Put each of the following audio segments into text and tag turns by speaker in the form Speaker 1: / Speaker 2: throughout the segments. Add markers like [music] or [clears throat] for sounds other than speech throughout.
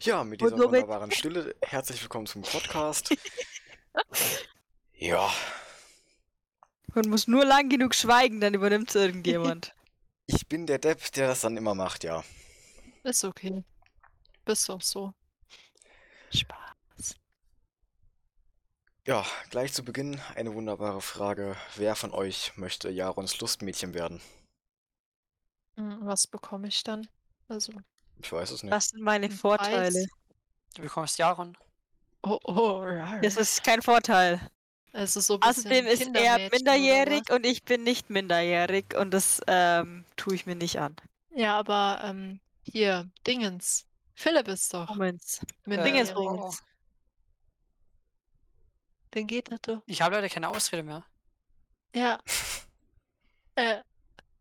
Speaker 1: Ja, mit
Speaker 2: Und
Speaker 1: dieser
Speaker 2: somit-
Speaker 1: wunderbaren Stille herzlich willkommen zum Podcast. ja,
Speaker 2: Man muss nur lang genug schweigen, dann übernimmt es irgendjemand.
Speaker 1: ich bin der Depp, der das dann immer macht, ja.
Speaker 3: Ist okay. Bist doch so. Spaß.
Speaker 1: Ja, gleich zu Beginn eine wunderbare Frage. Wer von euch möchte Jarons Lustmädchen werden?
Speaker 3: Hm, Was bekomme ich dann? Also,
Speaker 1: Ich weiß es nicht.
Speaker 2: Das sind meine
Speaker 3: Ein
Speaker 2: Vorteile.
Speaker 3: Preis?
Speaker 4: Du bekommst Jaron.
Speaker 3: Oh, oh, rar.
Speaker 2: Das ist kein Vorteil.
Speaker 3: Also so ein
Speaker 2: Außerdem
Speaker 3: bisschen
Speaker 2: ist er
Speaker 3: Kindermädchen oder
Speaker 2: minderjährig und ich bin nicht minderjährig und das ähm, tue ich mir nicht an.
Speaker 3: was? Ja, aber ähm, hier, Dingens. Philipp ist doch
Speaker 2: Moments.
Speaker 3: minderjährig. Hm.
Speaker 2: Dingensbums.
Speaker 4: oh, oh.
Speaker 3: Den geht nicht, du.
Speaker 4: Ich habe leider keine Ausrede mehr.
Speaker 2: [laughs]
Speaker 3: Ja. äh,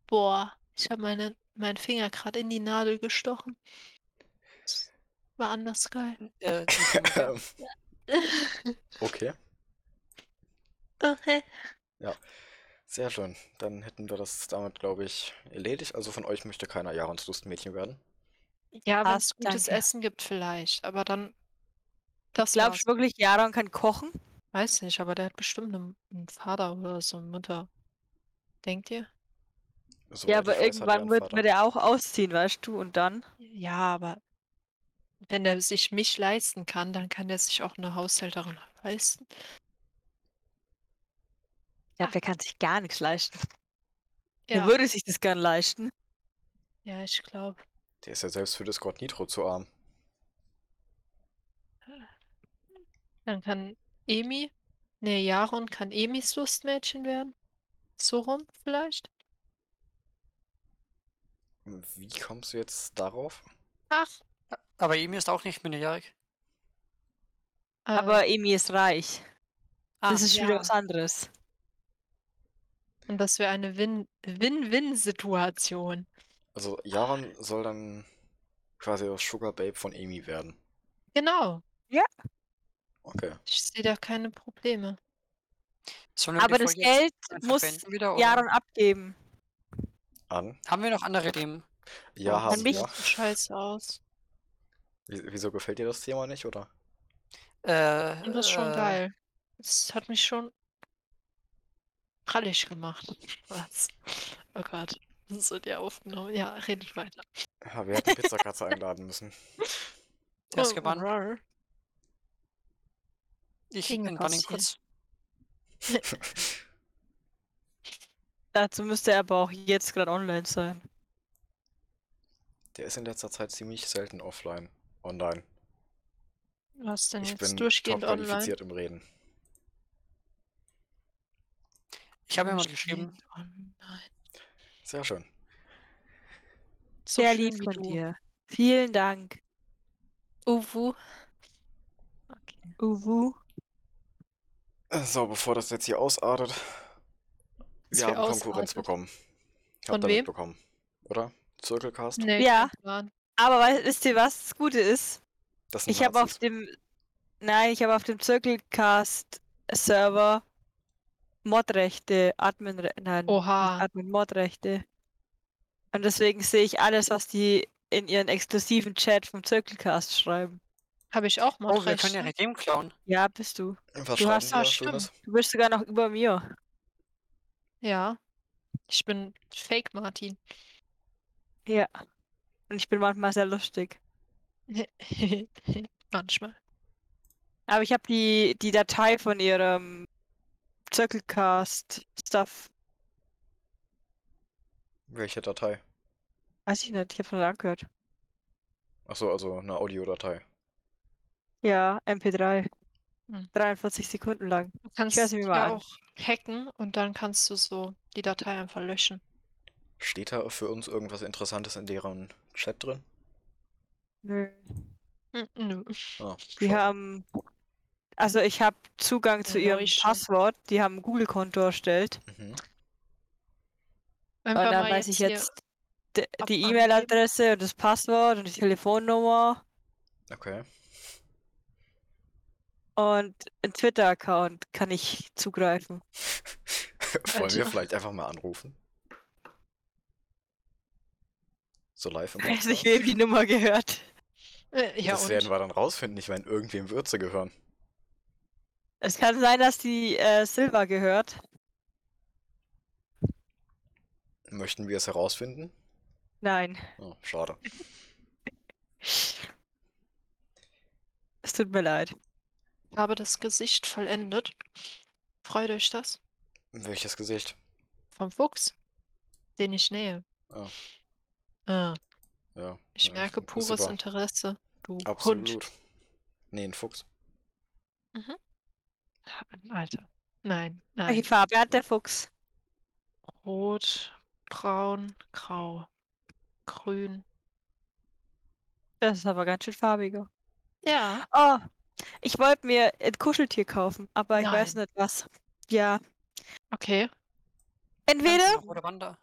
Speaker 3: boah, ich habe meine, meinen Finger gerade in die Nadel gestochen. Das War anders geil.
Speaker 2: [laughs]
Speaker 4: Äh, nicht so ungefähr. [laughs]
Speaker 1: [laughs] Ähm, okay,
Speaker 3: Okay.
Speaker 1: sehr schön. Dann hätten wir das damit, glaube ich, erledigt. Also von euch möchte keiner Jarons Lustmädchen werden.
Speaker 3: Ja, wenn es
Speaker 2: Passt,
Speaker 3: gutes
Speaker 2: danke.
Speaker 3: Essen gibt, vielleicht. Aber dann. Das war's.
Speaker 2: Glaubst du wirklich, Jaron kann kochen?
Speaker 3: Weiß nicht, aber der hat bestimmt einen, einen Vater oder so eine Mutter. Denkt ihr?
Speaker 1: Soweit
Speaker 2: Ja,
Speaker 1: ich
Speaker 2: aber
Speaker 1: weiß, hat er
Speaker 2: irgendwann
Speaker 1: einen
Speaker 2: wird,
Speaker 1: Vater.
Speaker 2: wird er auch ausziehen, weißt du? Und dann?
Speaker 3: Ja, aber wenn er sich mich leisten kann, dann kann er sich auch eine Haushälterin leisten.
Speaker 2: Ja, wer kann sich gar nichts leisten? Wer
Speaker 3: Ja,
Speaker 2: würde sich das gern leisten?
Speaker 3: ja, ich glaube.
Speaker 1: Der ist ja selbst für Discord Nitro zu arm.
Speaker 3: Dann kann Emi, nee, Jaron kann Emis Lustmädchen werden. So rum vielleicht.
Speaker 1: Wie kommst du jetzt darauf?
Speaker 3: Ach,
Speaker 4: Aber ihm ist auch nicht minderjährig.
Speaker 3: äh,
Speaker 2: Aber Emi ist reich.
Speaker 4: Ah,
Speaker 2: das ist schon wieder
Speaker 3: ja.
Speaker 2: was anderes.
Speaker 3: und das wäre eine Win- Win-Win-Situation.
Speaker 1: Also Jaron soll dann quasi das Sugar Babe von Amy werden.
Speaker 3: Genau.
Speaker 1: Okay.
Speaker 3: Ich sehe da keine Probleme.
Speaker 4: Sollen wir
Speaker 2: Aber
Speaker 4: die
Speaker 2: das
Speaker 4: Folge jetzt
Speaker 2: Geld
Speaker 4: einfach
Speaker 2: muss
Speaker 4: beenden wieder, oder?
Speaker 2: Jaron abgeben.
Speaker 1: An?
Speaker 4: Haben wir noch andere Themen?
Speaker 1: Ja,
Speaker 3: Boah,
Speaker 1: haben
Speaker 2: an
Speaker 1: wir.
Speaker 2: mich-
Speaker 1: ja.
Speaker 3: sieht scheiße
Speaker 4: [laughs]
Speaker 3: aus.
Speaker 1: W- Wieso gefällt dir das Thema nicht, oder?
Speaker 4: Äh,
Speaker 3: Und das ist schon
Speaker 4: äh,
Speaker 3: geil. Das hat mich schon prallig gemacht. [laughs] Was? Oh Gott. Das wird ja aufgenommen. Ja, redet weiter.
Speaker 1: Ja, wir hätten Pizzakatze einladen müssen.
Speaker 4: Der ist
Speaker 3: Oh,
Speaker 4: gebannt.
Speaker 3: rar.
Speaker 4: Ich
Speaker 3: Dinge
Speaker 4: entbanne ihn
Speaker 3: passieren.
Speaker 4: kurz.
Speaker 2: Dazu müsste er aber auch jetzt gerade online sein.
Speaker 1: Der ist in letzter Zeit ziemlich selten offline. Online.
Speaker 3: Was denn
Speaker 1: Ich
Speaker 3: jetzt
Speaker 1: bin
Speaker 3: Äh, durchgehend
Speaker 1: top
Speaker 3: online?
Speaker 1: qualifiziert im Reden.
Speaker 4: Ich habe ihm mal
Speaker 3: Durchgehend
Speaker 4: geschrieben.
Speaker 3: online.
Speaker 1: Sehr schön.
Speaker 3: So
Speaker 2: Sehr
Speaker 3: schön
Speaker 2: lieb
Speaker 3: wie
Speaker 2: von
Speaker 3: du.
Speaker 2: dir. Vielen Dank.
Speaker 3: Uwu. Okay.
Speaker 2: Uwu.
Speaker 1: Äh, So, bevor das jetzt hier ausartet,
Speaker 3: Dass
Speaker 1: wir
Speaker 3: wir
Speaker 1: haben Konkurrenz
Speaker 3: ausartet.
Speaker 1: bekommen. Habt
Speaker 3: Von
Speaker 1: ihr
Speaker 3: wem?
Speaker 1: mitbekommen, oder? Circlecast?
Speaker 3: Nee,
Speaker 2: Ja.
Speaker 3: kein Plan.
Speaker 2: Aber wei- wisst ihr, was das Gute ist?
Speaker 1: Das sind
Speaker 2: Ich habe auf
Speaker 1: Nazis.
Speaker 2: dem. Nein, ich habe auf dem Circlecast-Server Modrechte, Admin. Nein, nicht
Speaker 3: Oha.
Speaker 2: Admin-Modrechte. Und deswegen sehe ich alles, was die in ihren exklusiven Chat vom Circlecast schreiben.
Speaker 3: Habe ich auch mal
Speaker 4: Oh, wir
Speaker 3: recht.
Speaker 4: können ja
Speaker 3: ne?
Speaker 4: Redeem klauen.
Speaker 2: Ja, bist du.
Speaker 1: Was
Speaker 2: du
Speaker 1: schreiben
Speaker 2: hast-
Speaker 1: die da
Speaker 3: Ah, stimmt.
Speaker 1: Schönes?
Speaker 2: Du bist sogar noch über mir.
Speaker 3: ja. Ich bin Fake Martin. [laughs]
Speaker 2: Ja. Und ich bin manchmal sehr lustig.
Speaker 3: Manchmal.
Speaker 2: Aber ich habe die, die Datei von ihrem Circlecast-Stuff.
Speaker 1: Welche Datei?
Speaker 2: Weiß ich nicht, ich habe noch angehört.
Speaker 1: Achso, also eine Audiodatei.
Speaker 2: Ja, MP3.
Speaker 3: Hm.
Speaker 2: 43 Sekunden lang.
Speaker 3: Du kannst
Speaker 2: hör's mir
Speaker 3: die
Speaker 2: mal
Speaker 3: ja
Speaker 2: an.
Speaker 3: auch hacken und dann kannst du so die Datei einfach löschen.
Speaker 1: Steht da für uns irgendwas Interessantes in deren Chat drin?
Speaker 2: Nö.
Speaker 3: Hm, Nö.
Speaker 1: Ah,
Speaker 2: Die
Speaker 1: schade.
Speaker 2: haben. Also ich habe Zugang zu
Speaker 3: Ja,
Speaker 2: ihrem
Speaker 3: ich schon.
Speaker 2: Passwort. Die haben ein Google-Konto erstellt.
Speaker 1: Mhm.
Speaker 2: Und
Speaker 3: Einfach
Speaker 2: da
Speaker 3: mal
Speaker 2: weiß ich
Speaker 3: hier-
Speaker 2: jetzt d-
Speaker 3: ab
Speaker 2: die
Speaker 3: angeben.
Speaker 2: E-Mail-Adresse und das Passwort und die Telefonnummer
Speaker 1: Okay. [laughs]
Speaker 2: und einen Twitter-Account kann ich zugreifen. [laughs]
Speaker 1: Wollen wir
Speaker 3: Also-
Speaker 1: vielleicht einfach mal anrufen? So live im
Speaker 2: Weiß nicht,
Speaker 1: Podcast?
Speaker 2: wem die Nummer gehört.
Speaker 3: Äh, Also ja,
Speaker 1: das
Speaker 3: und?
Speaker 1: werden wir dann rausfinden. Ich meine, irgendwem wird sie gehören.
Speaker 2: Es kann sein, dass die äh, Silva gehört.
Speaker 1: Möchten wir es herausfinden?
Speaker 2: Nein,
Speaker 1: Oh, schade.
Speaker 2: es tut mir leid.
Speaker 3: Ich habe das Gesicht vollendet. Freut euch das?
Speaker 1: Welches Gesicht?
Speaker 3: Vom Fuchs, den ich nähe.
Speaker 1: Ah.
Speaker 3: Ah,
Speaker 1: Ja.
Speaker 3: ich
Speaker 1: ja,
Speaker 3: merke
Speaker 1: ist
Speaker 3: pures
Speaker 1: super.
Speaker 3: Interesse. Du
Speaker 1: Absolut.
Speaker 3: Hund.
Speaker 1: Nee, ein Fuchs.
Speaker 3: Alter. Nein, nein.
Speaker 2: Welche Farbe hat der Fuchs?
Speaker 3: Rot, braun, grau, grün.
Speaker 2: Das ist aber ganz schön farbiger.
Speaker 3: Ja.
Speaker 2: Oh, ich wollte mir ein Kuscheltier kaufen, aber ich weiß
Speaker 3: Nein.
Speaker 2: nicht was. Ja.
Speaker 3: Okay.
Speaker 2: Entweder
Speaker 4: Oder Wander.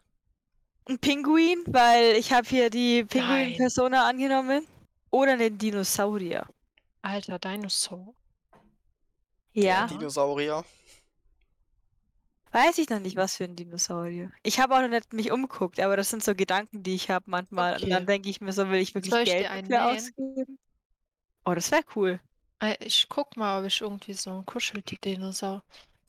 Speaker 2: ein Pinguin, weil ich habe hier die Pinguin-Persona angenommen. Oder einen Dinosaurier.
Speaker 3: Alter, Dinosaur.
Speaker 1: Der
Speaker 2: Ja.
Speaker 1: Dinosaurier.
Speaker 2: Weiß ich noch nicht, was für ein Dinosaurier. Ich habe auch noch nicht mich umguckt, aber das sind so Gedanken, die ich habe manchmal. Und
Speaker 3: Okay.
Speaker 2: dann denke ich mir so, will ich wirklich
Speaker 3: Soll ich dir
Speaker 2: Geld
Speaker 3: einen
Speaker 2: dafür
Speaker 3: nähen?
Speaker 2: ausgeben? Oh, das wäre cool.
Speaker 3: Äh, Ich guck mal, ob ich irgendwie so ein Kuscheltier-Dinosaur.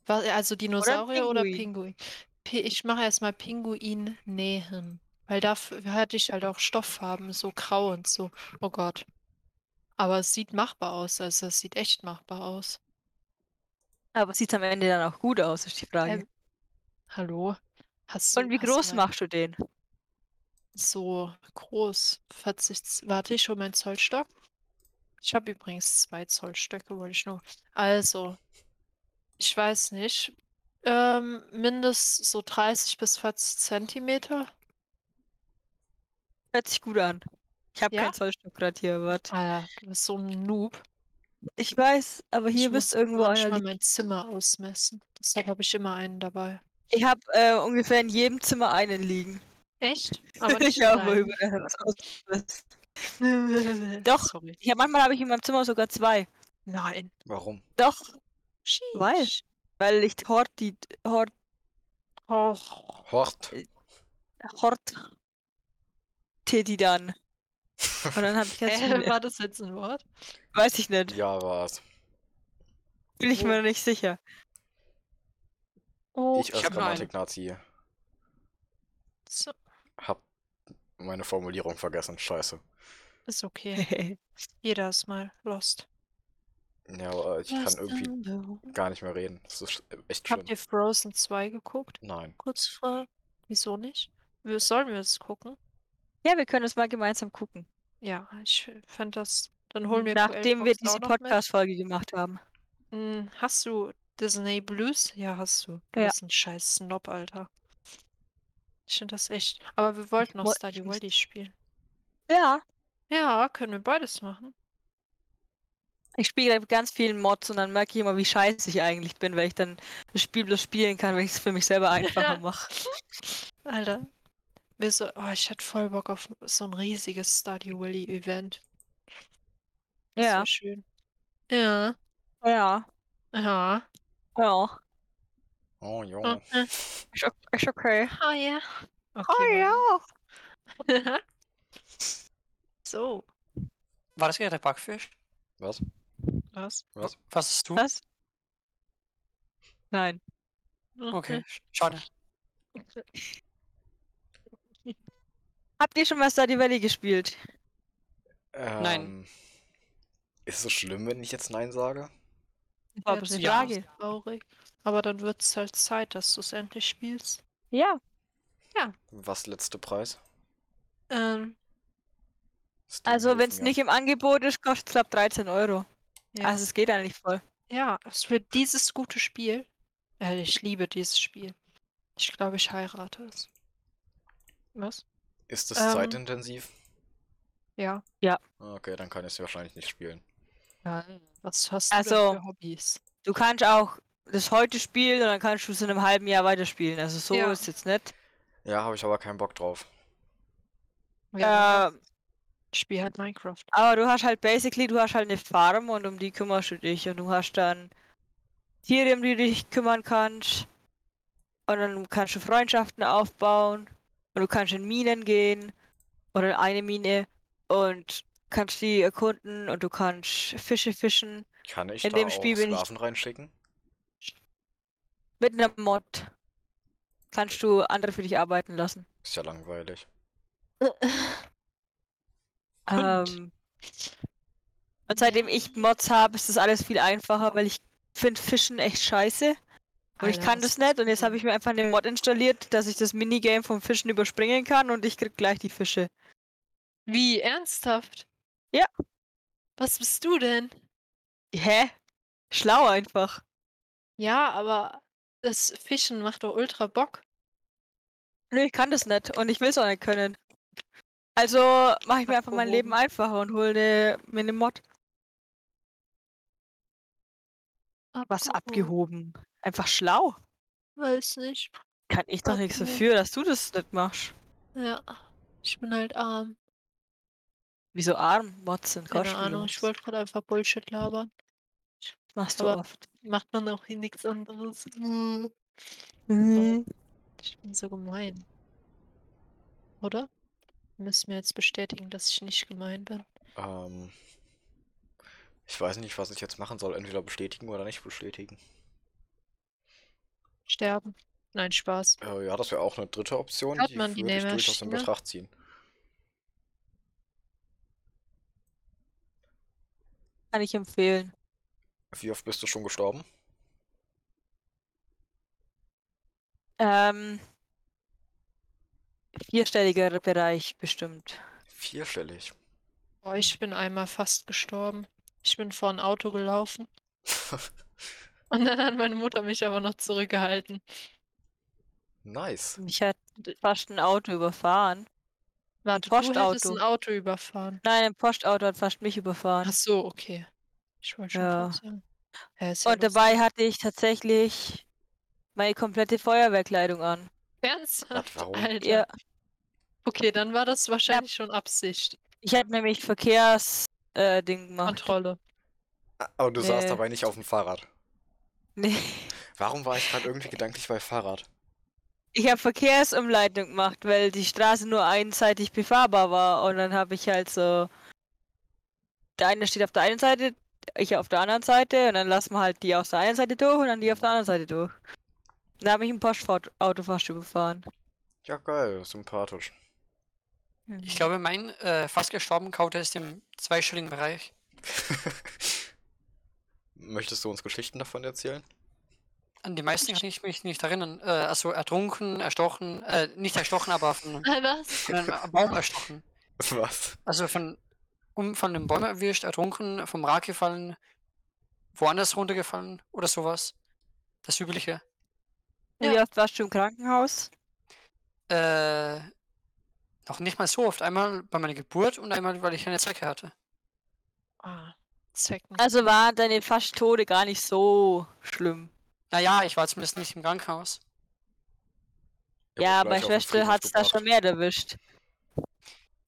Speaker 3: Wa- Also Dinosaurier oder Pinguin?
Speaker 2: Pinguin.
Speaker 3: Pi- Ich mache erstmal Pinguin nähen. Weil dafür hatte ich halt auch Stofffarben, so grau und so. Oh Gott. Aber es sieht machbar aus. Also es sieht echt machbar aus.
Speaker 2: Aber sieht am Ende dann auch gut aus, ist die Frage.
Speaker 3: Ähm, Hallo? Hast
Speaker 2: Und
Speaker 3: du,
Speaker 2: wie
Speaker 3: hast du
Speaker 2: groß
Speaker 3: mein-
Speaker 2: machst du den?
Speaker 3: So groß. 40, Z- warte, ich hole meinen Zollstock. Ich habe übrigens zwei Zollstöcke, wollte ich nur. Also, ich weiß nicht. Ähm, mindestens so 30 bis 40 Zentimeter.
Speaker 2: Hört sich gut an. Ich habe
Speaker 3: Ja? Ah.
Speaker 2: kein Zollstock gerade hier, warte.
Speaker 3: Alter, du bist so ein Noob.
Speaker 2: Ich weiß, aber
Speaker 3: Ich
Speaker 2: hier bist
Speaker 3: muss
Speaker 2: irgendwo einer.
Speaker 3: manchmal
Speaker 2: liegen.
Speaker 3: mein Zimmer ausmessen. Deshalb habe ich immer einen dabei.
Speaker 2: Ich habe äh, ungefähr in jedem Zimmer einen liegen.
Speaker 3: Echt? [laughs] Aber
Speaker 2: [laughs]
Speaker 3: nicht
Speaker 2: ich
Speaker 3: in
Speaker 2: habe
Speaker 3: deinem.
Speaker 2: überall was ausgemessen.
Speaker 3: [laughs]
Speaker 2: Doch.
Speaker 3: Sorry.
Speaker 2: Ich hab, manchmal habe ich in meinem Zimmer sogar zwei.
Speaker 3: Nein.
Speaker 1: Warum?
Speaker 2: Doch, Weil?
Speaker 3: Sheesh.
Speaker 2: weil ich Hort, die, Hort,
Speaker 3: Och.
Speaker 1: Hort.
Speaker 2: Hort Teddy dann. Und dann habe ich
Speaker 3: [laughs]
Speaker 2: ganz
Speaker 3: Hä,
Speaker 2: viele.
Speaker 3: war das jetzt ein Wort?
Speaker 2: Weiß ich nicht.
Speaker 1: Ja, war's.
Speaker 2: Bin ich
Speaker 3: wo-
Speaker 2: mir noch nicht
Speaker 3: [laughs]
Speaker 2: sicher.
Speaker 3: Oh,
Speaker 1: Ich als
Speaker 4: hab nur einen.
Speaker 1: Grammatik-Nazi
Speaker 3: so.
Speaker 1: hab meine Formulierung vergessen. Scheiße.
Speaker 3: Ist okay. Jeder ist mal lost.
Speaker 1: Ja, aber ich kann
Speaker 3: Lost
Speaker 1: irgendwie
Speaker 3: in the room.
Speaker 1: gar nicht mehr reden. Das ist echt schlimm.
Speaker 3: Habt ihr Frozen 2 geguckt?
Speaker 1: Nein.
Speaker 3: Kurz vor. Wieso nicht? Wir sollen wir es gucken?
Speaker 2: ja, wir können es mal gemeinsam gucken.
Speaker 3: Ja, ich fand das. Dann holen wir
Speaker 2: Nachdem wir
Speaker 3: Quellbox
Speaker 2: diese
Speaker 3: auch noch mit.
Speaker 2: Podcast-Folge gemacht haben.
Speaker 3: Hm, Hast du Disney Blues? Ja, hast du. Du
Speaker 2: Ja.
Speaker 3: bist ein scheiß Snob, Alter. Ich finde das echt. Aber wir wollten
Speaker 2: woll-
Speaker 3: noch Study
Speaker 2: ich muss-
Speaker 3: Welly spielen.
Speaker 2: Ja.
Speaker 3: Ja, können wir beides machen.
Speaker 2: Ich spiele ganz vielen Mods und dann merke ich immer, wie scheiße ich eigentlich bin, weil ich dann das Spiel bloß spielen kann, wenn ich es für mich selber einfacher mache.
Speaker 3: Alter. Wir so, oh, ich hätte voll Bock auf so ein riesiges Study Welly Event. Das wär
Speaker 2: Ja,
Speaker 3: schön. Ja.
Speaker 2: ja,
Speaker 3: Ja.
Speaker 2: ja.
Speaker 1: Oh, Junge.
Speaker 3: Mhm.
Speaker 2: Ist, ok- ist okay.
Speaker 3: Oh ja. Ah, Okay, ja. [laughs] so,
Speaker 4: War das gerade der Backfisch?
Speaker 1: Was?
Speaker 3: was?
Speaker 1: Was?
Speaker 4: Was ist du?
Speaker 2: Was? Nein.
Speaker 4: Okay, sch- schade.
Speaker 2: Habt ihr schon mal Stardew Valley gespielt? Ah,
Speaker 4: Nein.
Speaker 1: Ähm, Ist es schlimm, wenn ich jetzt Nein sage?
Speaker 2: War
Speaker 3: Ja,
Speaker 2: bloß eine
Speaker 4: ja.
Speaker 2: Frage.
Speaker 3: Traurig. Aber dann wird es halt Zeit, dass du es endlich spielst.
Speaker 2: Ja.
Speaker 1: Was letzte Preis?
Speaker 3: Ähm,
Speaker 1: Steam
Speaker 2: Also,
Speaker 1: hilft
Speaker 2: wenn es
Speaker 1: mir.
Speaker 2: nicht im Angebot ist, kostet es knapp 13 Euro.
Speaker 3: ja.
Speaker 2: Also, es geht eigentlich voll.
Speaker 3: ja, es für dieses gute Spiel. Äh, ich liebe dieses Spiel. Ich glaube, ich heirate es. Was?
Speaker 1: Ist es
Speaker 3: ähm,
Speaker 1: zeitintensiv?
Speaker 3: Ja.
Speaker 1: Ah, Okay, dann kann ich es wahrscheinlich nicht spielen.
Speaker 3: Was hast du denn
Speaker 2: Also-
Speaker 3: für Hobbys?
Speaker 2: Du kannst auch das heute spielen und dann kannst du es in einem halben Jahr weiterspielen. Also, so
Speaker 3: Ja.
Speaker 2: ist jetzt nicht.
Speaker 1: Ja, habe ich aber keinen Bock drauf.
Speaker 3: Ja,
Speaker 2: Ähm,
Speaker 3: spiel halt Minecraft.
Speaker 2: Aber du hast halt basically, du hast halt eine Farm und um die kümmerst du dich und du hast dann Tiere, um die du dich kümmern kannst. Und dann kannst du Freundschaften aufbauen und du kannst in Minen gehen oder in eine Mine und kannst die erkunden und du kannst Fische fischen
Speaker 1: Kann ich
Speaker 2: In
Speaker 1: da
Speaker 2: dem
Speaker 1: auch
Speaker 2: Spiel bin ich-
Speaker 1: Sklaven reinschicken?
Speaker 2: mit einer Mod. Kannst du andere für dich arbeiten lassen.
Speaker 1: Ist ja langweilig.
Speaker 3: Und?
Speaker 2: Ähm, und seitdem ich Mods habe, ist das alles viel einfacher, weil ich finde Fischen echt scheiße. Und ich
Speaker 3: Alter,
Speaker 2: kann
Speaker 3: was-
Speaker 2: das nicht und jetzt habe ich mir einfach eine Mod installiert, dass ich das Minigame vom Fischen überspringen kann und ich krieg gleich die Fische.
Speaker 3: Wie, ernsthaft?
Speaker 2: Ja.
Speaker 3: Was bist du denn?
Speaker 2: Hä? Schlau einfach.
Speaker 3: Ja, aber das Fischen macht doch ultra Bock.
Speaker 2: Nö, ich kann das nicht und ich will es auch nicht können. Also mache ich mir einfach mein Leben
Speaker 3: Abgehoben.
Speaker 2: einfacher und hole ne, mir eine Mod. Ah, Was abgehoben? Einfach schlau.
Speaker 3: Weiß nicht.
Speaker 2: Kann ich doch nichts
Speaker 3: Abgehoben.
Speaker 2: dafür, dass du das nicht machst.
Speaker 3: Ja, ich bin halt arm.
Speaker 2: Wieso arm? Mods sind
Speaker 3: Keine Ahnung,
Speaker 2: kostenlos.
Speaker 3: ich wollte gerade einfach Bullshit labern.
Speaker 2: Machst du
Speaker 3: aber-
Speaker 2: oft.
Speaker 3: Macht man auch hier nichts anderes. Hm, Mhm. Ich bin so gemein. Oder? Müssen mir jetzt bestätigen, dass ich nicht gemein bin.
Speaker 1: Ähm, ich weiß nicht, was ich jetzt machen soll. Entweder bestätigen oder nicht bestätigen.
Speaker 3: Sterben. Nein, Spaß.
Speaker 1: Äh, ja, das wäre auch eine dritte Option,
Speaker 3: Hat
Speaker 1: die
Speaker 3: man die
Speaker 1: würde ich durchaus in
Speaker 3: Nähmaschine?
Speaker 1: Betracht ziehen.
Speaker 2: Kann ich empfehlen.
Speaker 1: Wie oft bist du schon gestorben?
Speaker 2: Ähm, vierstelliger Bereich bestimmt.
Speaker 1: Vierstellig. [laughs]
Speaker 3: Boah, ich bin einmal fast gestorben. Ich bin vor ein Auto gelaufen. [laughs] Und dann hat meine Mutter mich aber noch zurückgehalten.
Speaker 1: Nice.
Speaker 2: Mich hat fast ein Auto überfahren.
Speaker 3: Warte, du hättest
Speaker 2: Postauto.
Speaker 3: ein Auto überfahren.
Speaker 2: Nein, ein Postauto hat fast mich überfahren.
Speaker 3: Ach so, okay. Ich wollte schon
Speaker 2: Ja.
Speaker 3: ja. sagen. Ja, ist ja
Speaker 2: Und dabei hatte ich tatsächlich meine komplette Feuerwehrkleidung an.
Speaker 3: Ernsthaft, [laughs]
Speaker 1: Warum?
Speaker 3: Alter.
Speaker 2: Ja,
Speaker 3: Okay, dann war das wahrscheinlich schon Absicht.
Speaker 2: ich habe nämlich Verkehrsding äh, Ding gemacht.
Speaker 3: Kontrolle.
Speaker 1: Aber du saßt
Speaker 2: Nee.
Speaker 1: dabei nicht auf dem Fahrrad.
Speaker 2: [laughs] Nee.
Speaker 1: Warum war ich gerade irgendwie gedanklich bei Fahrrad?
Speaker 2: Ich habe Verkehrsumleitung gemacht, weil die Straße nur einseitig befahrbar war. Und dann habe ich halt so. Der eine steht auf der einen Seite, ich auf der anderen Seite. Und dann lassen wir halt die auf der einen Seite durch und dann die auf der anderen Seite durch. Da habe ich ein Postauto fast überfahren.
Speaker 1: Ja, geil, sympathisch.
Speaker 4: Ich glaube, mein äh, fast gestorben Counter ist im zweistelligen Bereich.
Speaker 1: Möchtest du uns Geschichten davon erzählen? [laughs]
Speaker 4: An die meisten kann ich mich nicht erinnern. Äh, also ertrunken, erstochen, äh, nicht erstochen, aber von,
Speaker 3: Was?
Speaker 4: von einem Baum erstochen.
Speaker 1: Was?
Speaker 4: Also von, um, von einem Bäumen erwischt, ertrunken, vom Rad gefallen, woanders runtergefallen oder sowas. Das Übliche.
Speaker 2: Wie
Speaker 3: Ja.
Speaker 2: oft warst du im Krankenhaus?
Speaker 4: Äh, noch nicht mal so oft. Einmal bei meiner Geburt und einmal, weil ich eine Zecke hatte.
Speaker 3: Ah, Zwecken.
Speaker 2: Also waren deine fast Tode gar nicht so schlimm.
Speaker 4: Naja, ich war zumindest nicht im Krankenhaus.
Speaker 2: Ja,
Speaker 1: wurde gleich
Speaker 2: meine
Speaker 1: auf den
Speaker 2: Schwester
Speaker 1: Friedhof
Speaker 2: hat's da
Speaker 1: gebracht.
Speaker 2: schon mehr erwischt.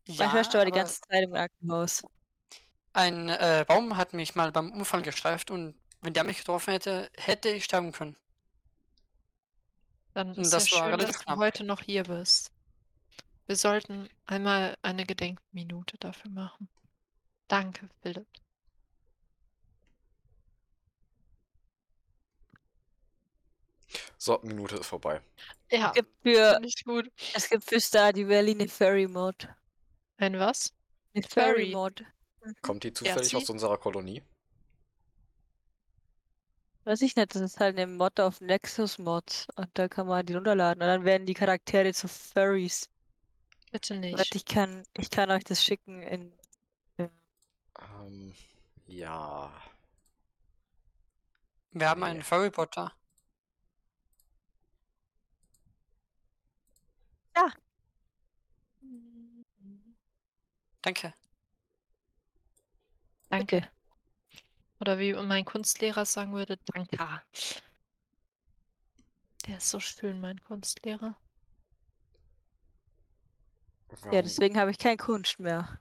Speaker 4: Ja,
Speaker 2: meine Schwester war die
Speaker 4: aber
Speaker 2: ganze Zeit im Krankenhaus.
Speaker 4: Ein äh, Baum hat mich mal beim Unfall gestreift und wenn der mich getroffen hätte, hätte ich sterben können.
Speaker 3: Dann ist
Speaker 4: Und Hm, das
Speaker 3: das ja
Speaker 4: war
Speaker 3: schön,
Speaker 4: relativ
Speaker 3: dass du
Speaker 4: knapp.
Speaker 3: heute noch hier bist. Wir sollten einmal eine Gedenkminute dafür machen. Danke, Philipp.
Speaker 1: So, Minute ist vorbei.
Speaker 3: Ja,
Speaker 2: Es gibt für,
Speaker 3: finde ich gut.
Speaker 2: es gibt für Stardew Valley eine Ferry-Mod.
Speaker 3: Ein was?
Speaker 2: Eine
Speaker 3: Ferry.
Speaker 2: Ferry-Mod.
Speaker 1: Kommt die zufällig
Speaker 3: sie?
Speaker 1: aus unserer Kolonie?
Speaker 2: Weiß ich nicht, das ist halt eine Mod auf Nexus Mods und da kann man die runterladen und dann werden die Charaktere zu Furries.
Speaker 3: Bitte
Speaker 2: Warte,
Speaker 3: nicht.
Speaker 2: ich kann, ich kann euch das schicken in.
Speaker 1: Ähm, ja.
Speaker 4: Wir haben
Speaker 1: Nee.
Speaker 4: einen Furry-Bot da. Danke.
Speaker 3: Danke. Oder wie mein Kunstlehrer sagen würde, danke. Der ist so schön, mein Kunstlehrer.
Speaker 2: Ja,
Speaker 1: Warum-
Speaker 2: deswegen habe ich keine Kunst mehr.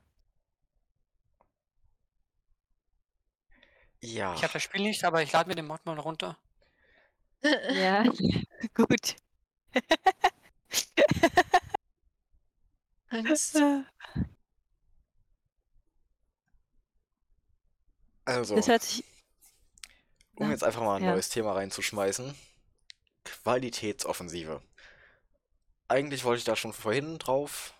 Speaker 1: ja.
Speaker 4: Ich habe das Spiel nicht, aber ich lade mir den Mod mal runter.
Speaker 2: Ja, [laughs]
Speaker 3: [laughs]
Speaker 2: gut.
Speaker 3: Angst.
Speaker 1: Also,
Speaker 2: Das hört sich.
Speaker 1: um jetzt einfach mal ein
Speaker 2: Ja.
Speaker 1: neues Thema reinzuschmeißen. Qualitätsoffensive. Eigentlich wollte ich da schon vorhin drauf,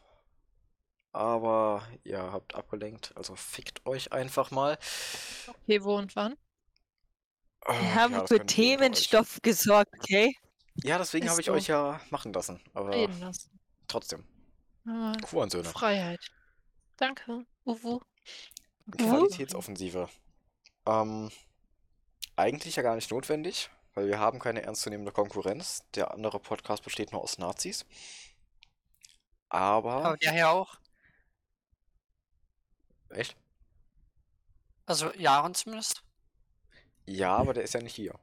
Speaker 1: aber ihr habt abgelenkt, also fickt euch einfach mal.
Speaker 3: Okay, wo und wann?
Speaker 2: Wir Äh, haben
Speaker 1: ja, das
Speaker 2: für
Speaker 1: könnt ihr unter euch.
Speaker 2: Themenstoff gesorgt, okay?
Speaker 1: Ja, deswegen
Speaker 3: Ist
Speaker 1: habe ich
Speaker 3: so.
Speaker 1: euch ja machen lassen, aber
Speaker 3: Reden lassen.
Speaker 1: trotzdem.
Speaker 3: Ah,
Speaker 1: Kuhensöhne.
Speaker 3: Freiheit. Danke. Uwu.
Speaker 1: Qualitätsoffensive. Ähm, eigentlich ja gar nicht notwendig, weil wir haben keine ernstzunehmende Konkurrenz. Der andere Podcast besteht nur aus Nazis.
Speaker 4: Aber
Speaker 1: Aber.
Speaker 4: der hier auch.
Speaker 1: Echt?
Speaker 4: Also Jahren zumindest.
Speaker 1: Ja, aber der ist ja nicht hier.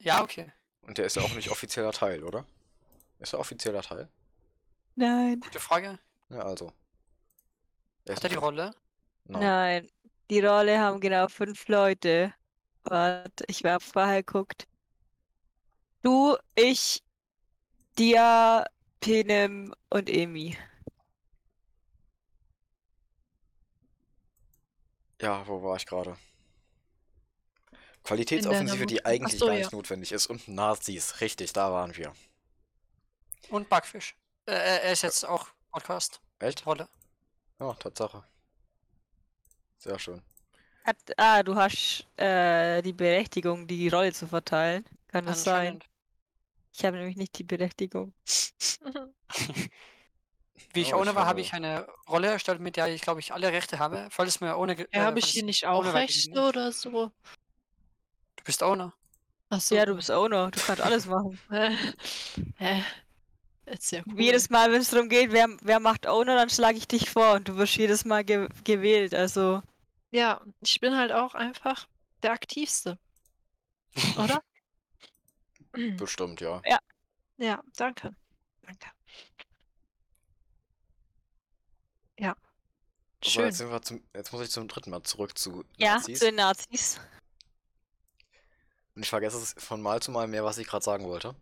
Speaker 4: Ja, okay.
Speaker 1: Und der ist ja auch nicht offizieller Teil, oder? Ist er offizieller Teil?
Speaker 2: Nein.
Speaker 4: Gute Frage.
Speaker 1: Ja, also. Er ist
Speaker 4: Hat er die
Speaker 1: nicht-
Speaker 4: Rolle?
Speaker 1: Nein.
Speaker 2: Nein. Die Rolle haben genau fünf Leute. Warte, ich hab vorher geguckt. Du, ich, Dia, Penem und Emi.
Speaker 1: Ja, wo war ich gerade? Qualitätsoffensive, die
Speaker 3: Mut-
Speaker 1: eigentlich
Speaker 3: Ach so,
Speaker 1: gar
Speaker 3: ja.
Speaker 1: nicht notwendig ist. Und Nazis, richtig, da waren wir.
Speaker 4: Und Backfisch. Äh, er- er ist jetzt auch Podcast.
Speaker 1: Echt?
Speaker 4: Rolle.
Speaker 1: Ja, Tatsache. Sehr schön.
Speaker 2: Hat, ah, du hast äh, die Berechtigung, die Rolle zu verteilen. Kann das sein?
Speaker 4: Anscheinend.
Speaker 2: Ich habe nämlich nicht die Berechtigung.
Speaker 4: Wie ich
Speaker 1: Oh,
Speaker 4: ohne war, habe
Speaker 1: schade.
Speaker 4: ich eine Rolle erstellt, mit der ich, glaube ich, alle Rechte habe. Falls mir ohne. ge-
Speaker 3: Ja,
Speaker 4: äh,
Speaker 3: habe ich
Speaker 4: falls-
Speaker 3: hier nicht auch
Speaker 4: ohne
Speaker 3: Rechte
Speaker 4: weitergegeben.
Speaker 3: oder so?
Speaker 4: Du bist Owner.
Speaker 3: Achso.
Speaker 2: Ja, du bist Owner. Du kannst alles machen.
Speaker 3: Hä? Äh, Ist ja [laughs] cool.
Speaker 2: Jedes Mal, wenn es darum geht, wer, wer macht Owner, dann schlage ich dich vor und du wirst jedes Mal ge gewählt. Also,
Speaker 3: Ja, ich bin halt auch einfach der [laughs] Aktivste. Oder?
Speaker 1: Bestimmt, ja.
Speaker 3: ja, danke. Danke. Ja.
Speaker 1: Aber
Speaker 3: Schön.
Speaker 1: jetzt, sind wir zum, jetzt muss ich zum dritten Mal zurück zu
Speaker 2: ja,
Speaker 1: Nazis.
Speaker 2: zu den Nazis.
Speaker 1: Und ich vergesse es von Mal zu Mal mehr, was ich gerade sagen wollte.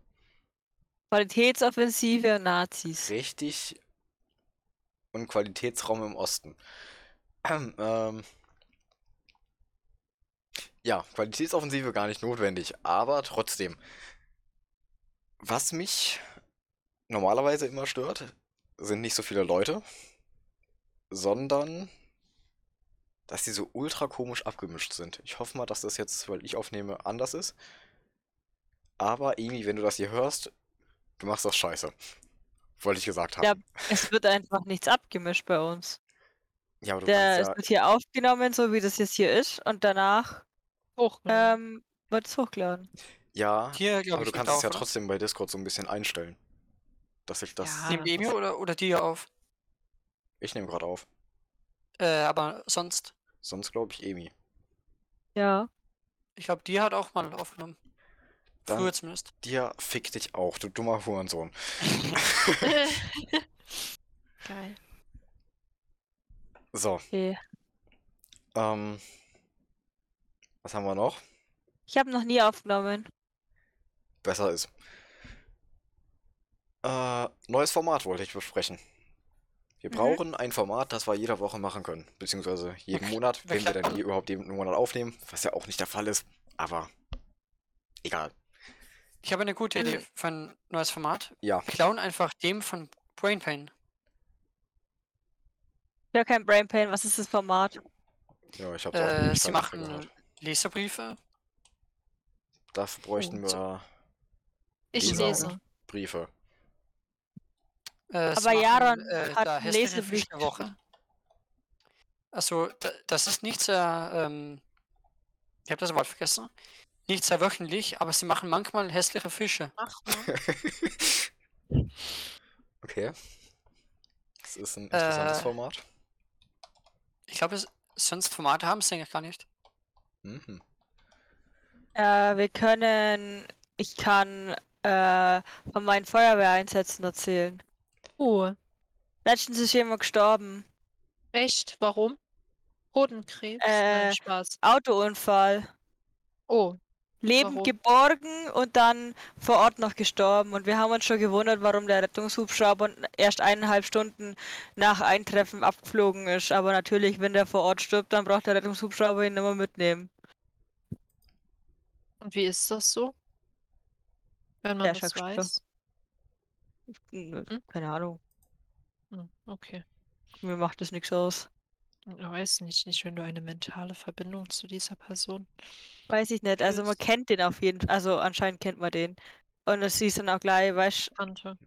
Speaker 2: Qualitätsoffensive und Nazis.
Speaker 1: Richtig und Qualitätsraum im Osten. [clears throat] Ähm, ähm, ja, Qualitätsoffensive gar nicht notwendig, aber trotzdem. Was mich normalerweise immer stört, sind nicht so viele Leute, sondern dass die so ultra komisch abgemischt sind. Ich hoffe mal, dass das jetzt, weil ich aufnehme, anders ist. Aber Emi, wenn du das hier hörst, du machst das scheiße. Wollte ich gesagt haben.
Speaker 2: Ja, Es wird einfach nichts abgemischt bei uns.
Speaker 1: Ja, aber du
Speaker 2: Der,
Speaker 1: kannst
Speaker 2: es
Speaker 1: ja,
Speaker 2: wird hier aufgenommen, so wie das jetzt hier ist, und danach
Speaker 3: Hochgeladen.
Speaker 2: ähm, wird es hochgeladen.
Speaker 1: ja,
Speaker 4: Hier, glaube
Speaker 1: aber
Speaker 4: ich.
Speaker 1: du
Speaker 4: geht
Speaker 1: kannst es
Speaker 4: auf, ne?
Speaker 1: ja
Speaker 4: oder?
Speaker 1: trotzdem bei Discord so ein bisschen einstellen. Dass ich das,
Speaker 3: Ja.
Speaker 4: Nehmt ihr mir oder, oder dir auf?
Speaker 1: ich nehme gerade auf.
Speaker 4: Äh, aber sonst.
Speaker 1: Sonst glaube ich Emi.
Speaker 2: Ja.
Speaker 4: Ich glaube, die hat auch mal aufgenommen.
Speaker 1: Dann
Speaker 4: Früher zumindest.
Speaker 1: dir fick dich auch, du dummer Hurensohn.
Speaker 3: [laughs] Geil.
Speaker 1: So,
Speaker 2: Okay.
Speaker 1: ähm, was haben wir noch?
Speaker 2: Ich habe noch nie aufgenommen.
Speaker 1: Besser ist. Äh, neues Format wollte ich besprechen. Wir
Speaker 2: Mhm.
Speaker 1: brauchen ein Format, das wir jede Woche machen können. Beziehungsweise jeden
Speaker 4: Okay,
Speaker 1: Monat, wenn wir
Speaker 4: welcher-
Speaker 1: dann je überhaupt jeden Monat aufnehmen, was ja auch nicht der Fall ist, aber egal.
Speaker 4: Ich habe eine gute Idee für ein neues Format.
Speaker 1: Ja.
Speaker 4: Klauen einfach dem von Brain Pain.
Speaker 2: Ich habe kein Brain Pain. Was ist das Format?
Speaker 1: Ja, ich habe auch
Speaker 4: Äh,
Speaker 1: nicht
Speaker 4: sie
Speaker 1: keine Ahnung
Speaker 4: machen Leserbriefe.
Speaker 1: Dafür bräuchten
Speaker 3: Oh, so.
Speaker 1: wir
Speaker 3: Ich
Speaker 1: Lisa und
Speaker 3: lese.
Speaker 1: Briefe. [laughs]
Speaker 4: Äh, sie
Speaker 2: Aber
Speaker 4: machen,
Speaker 2: Jaron
Speaker 4: äh,
Speaker 2: hat
Speaker 4: da
Speaker 2: einen
Speaker 4: hässliche
Speaker 2: Lesebrief
Speaker 4: Fisch der Woche. Also, da, das ist nicht sehr, ähm, ich habe das Wort vergessen. Nicht sehr wöchentlich, aber sie machen manchmal hässliche Fische.
Speaker 3: Mach mal.
Speaker 1: Okay. Das ist ein interessantes
Speaker 4: Äh.
Speaker 1: Format.
Speaker 4: Ich glaube, es- sonst Formate haben sie eigentlich gar nicht.
Speaker 1: Mhm.
Speaker 2: Äh, wir können. Ich kann äh, von meinen Feuerwehreinsätzen erzählen.
Speaker 3: Oh,
Speaker 2: Letztens ist jemand gestorben.
Speaker 3: echt? Warum? Hodenkrebs?
Speaker 2: Äh,
Speaker 3: Nein, Spaß.
Speaker 2: Autounfall.
Speaker 3: Oh,
Speaker 2: Leben
Speaker 3: Warum?
Speaker 2: geborgen und dann vor Ort noch gestorben. Und wir haben uns schon gewundert, warum der Rettungshubschrauber erst eineinhalb Stunden nach Eintreffen abgeflogen ist. Aber natürlich, wenn der vor Ort stirbt, dann braucht der Rettungshubschrauber ihn immer mitnehmen.
Speaker 3: Und wie ist das so? Wenn man
Speaker 2: Ja,
Speaker 3: das
Speaker 2: sag schon.
Speaker 3: weiß.
Speaker 2: Hm, Keine Ahnung.
Speaker 3: Hm, Okay.
Speaker 2: Mir macht das nichts aus.
Speaker 3: Ich weiß nicht, nicht, wenn du eine mentale Verbindung zu dieser Person.
Speaker 2: Weiß ich nicht. Also man
Speaker 3: Tschüss.
Speaker 2: kennt den auf jeden Fall. Also anscheinend kennt man den. Und das siehst dann auch gleich, weißt
Speaker 3: Kannte.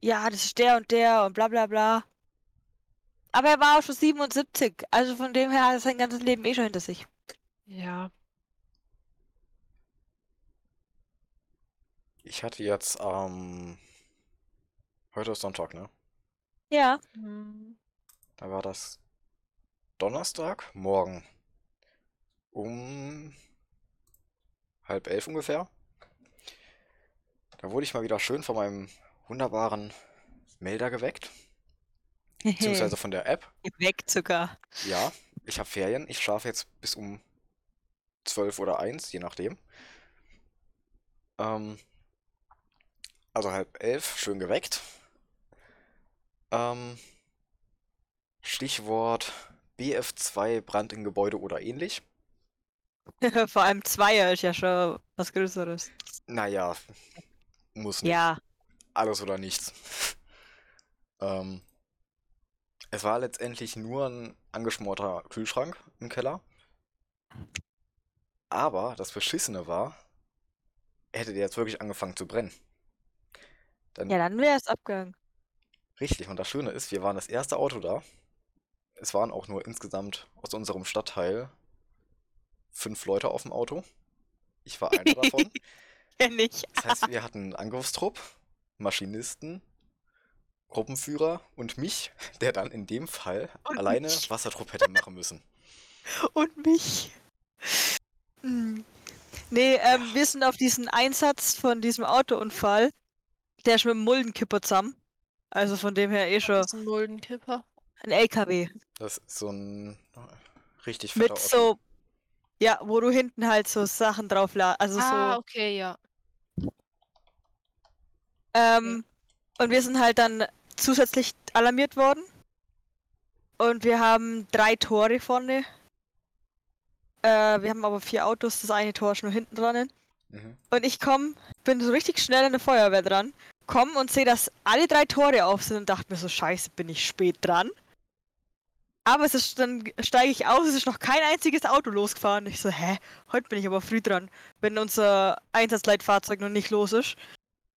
Speaker 2: ja, das ist der und der und bla bla bla. Aber er war auch schon 77. Also von dem her hat er sein ganzes Leben eh schon hinter sich.
Speaker 3: Ja.
Speaker 1: Ich hatte jetzt, ähm, heute ist Sonntag, ne?
Speaker 2: Ja.
Speaker 3: Hm.
Speaker 1: Da war das Donnerstag morgen um halb elf ungefähr. Da wurde ich mal wieder schön von meinem wunderbaren Melder geweckt, beziehungsweise von der App.
Speaker 2: Geweckt sogar. [laughs]
Speaker 1: Ja, ich habe Ferien. Ich schlafe jetzt bis um 12 oder 1, je nachdem. Ähm, also halb elf, schön geweckt. Ähm, Stichwort BF2 Brand in Gebäude oder ähnlich.
Speaker 2: Vor allem Zweier ist ja schon was Größeres.
Speaker 1: Naja, muss nicht.
Speaker 2: Ja.
Speaker 1: alles oder nichts. Ähm, es war letztendlich nur ein angeschmorter Kühlschrank im Keller. Aber das Beschissene war, hätte der jetzt wirklich angefangen zu brennen. Dann
Speaker 2: Ja, dann wäre es abgegangen.
Speaker 1: richtig. Und das Schöne ist, wir waren das erste Auto da. Es waren auch nur insgesamt aus unserem Stadtteil fünf Leute auf dem Auto. Ich war einer davon.
Speaker 2: Kenn ich.
Speaker 1: Das heißt, wir hatten einen Angriffstrupp, Maschinisten, Gruppenführer und mich, der dann in dem Fall
Speaker 2: Und
Speaker 1: alleine
Speaker 2: mich.
Speaker 1: Wassertrupp hätte machen müssen.
Speaker 2: Und mich. Hm. Nee, ähm, wir sind auf diesen Einsatz von diesem Autounfall. Der ist mit dem Muldenkipper zusammen. Also von dem her eh schon
Speaker 3: Das ist ein Muldenkipper.
Speaker 2: ein LKW.
Speaker 1: Das ist so ein oh, richtig fetter
Speaker 2: Mit
Speaker 1: Otto.
Speaker 2: so. Ja, wo du hinten halt so Sachen drauf la- Also
Speaker 3: Ah,
Speaker 2: so.
Speaker 3: okay, ja.
Speaker 2: Ähm, und wir sind halt dann zusätzlich alarmiert worden. Und wir haben drei Tore vorne. Äh, wir haben aber vier Autos, das eine Tor ist nur hinten dran.
Speaker 1: Mhm.
Speaker 2: Und ich komm, bin so richtig schnell an der Feuerwehr dran, komm und sehe, dass alle drei Tore auf sind und dachte mir so, scheiße, bin ich spät dran. Aber es ist, dann steige ich aus, es ist noch kein einziges Auto losgefahren. Ich so, hä, heute bin ich aber früh dran, wenn unser Einsatzleitfahrzeug noch nicht los ist.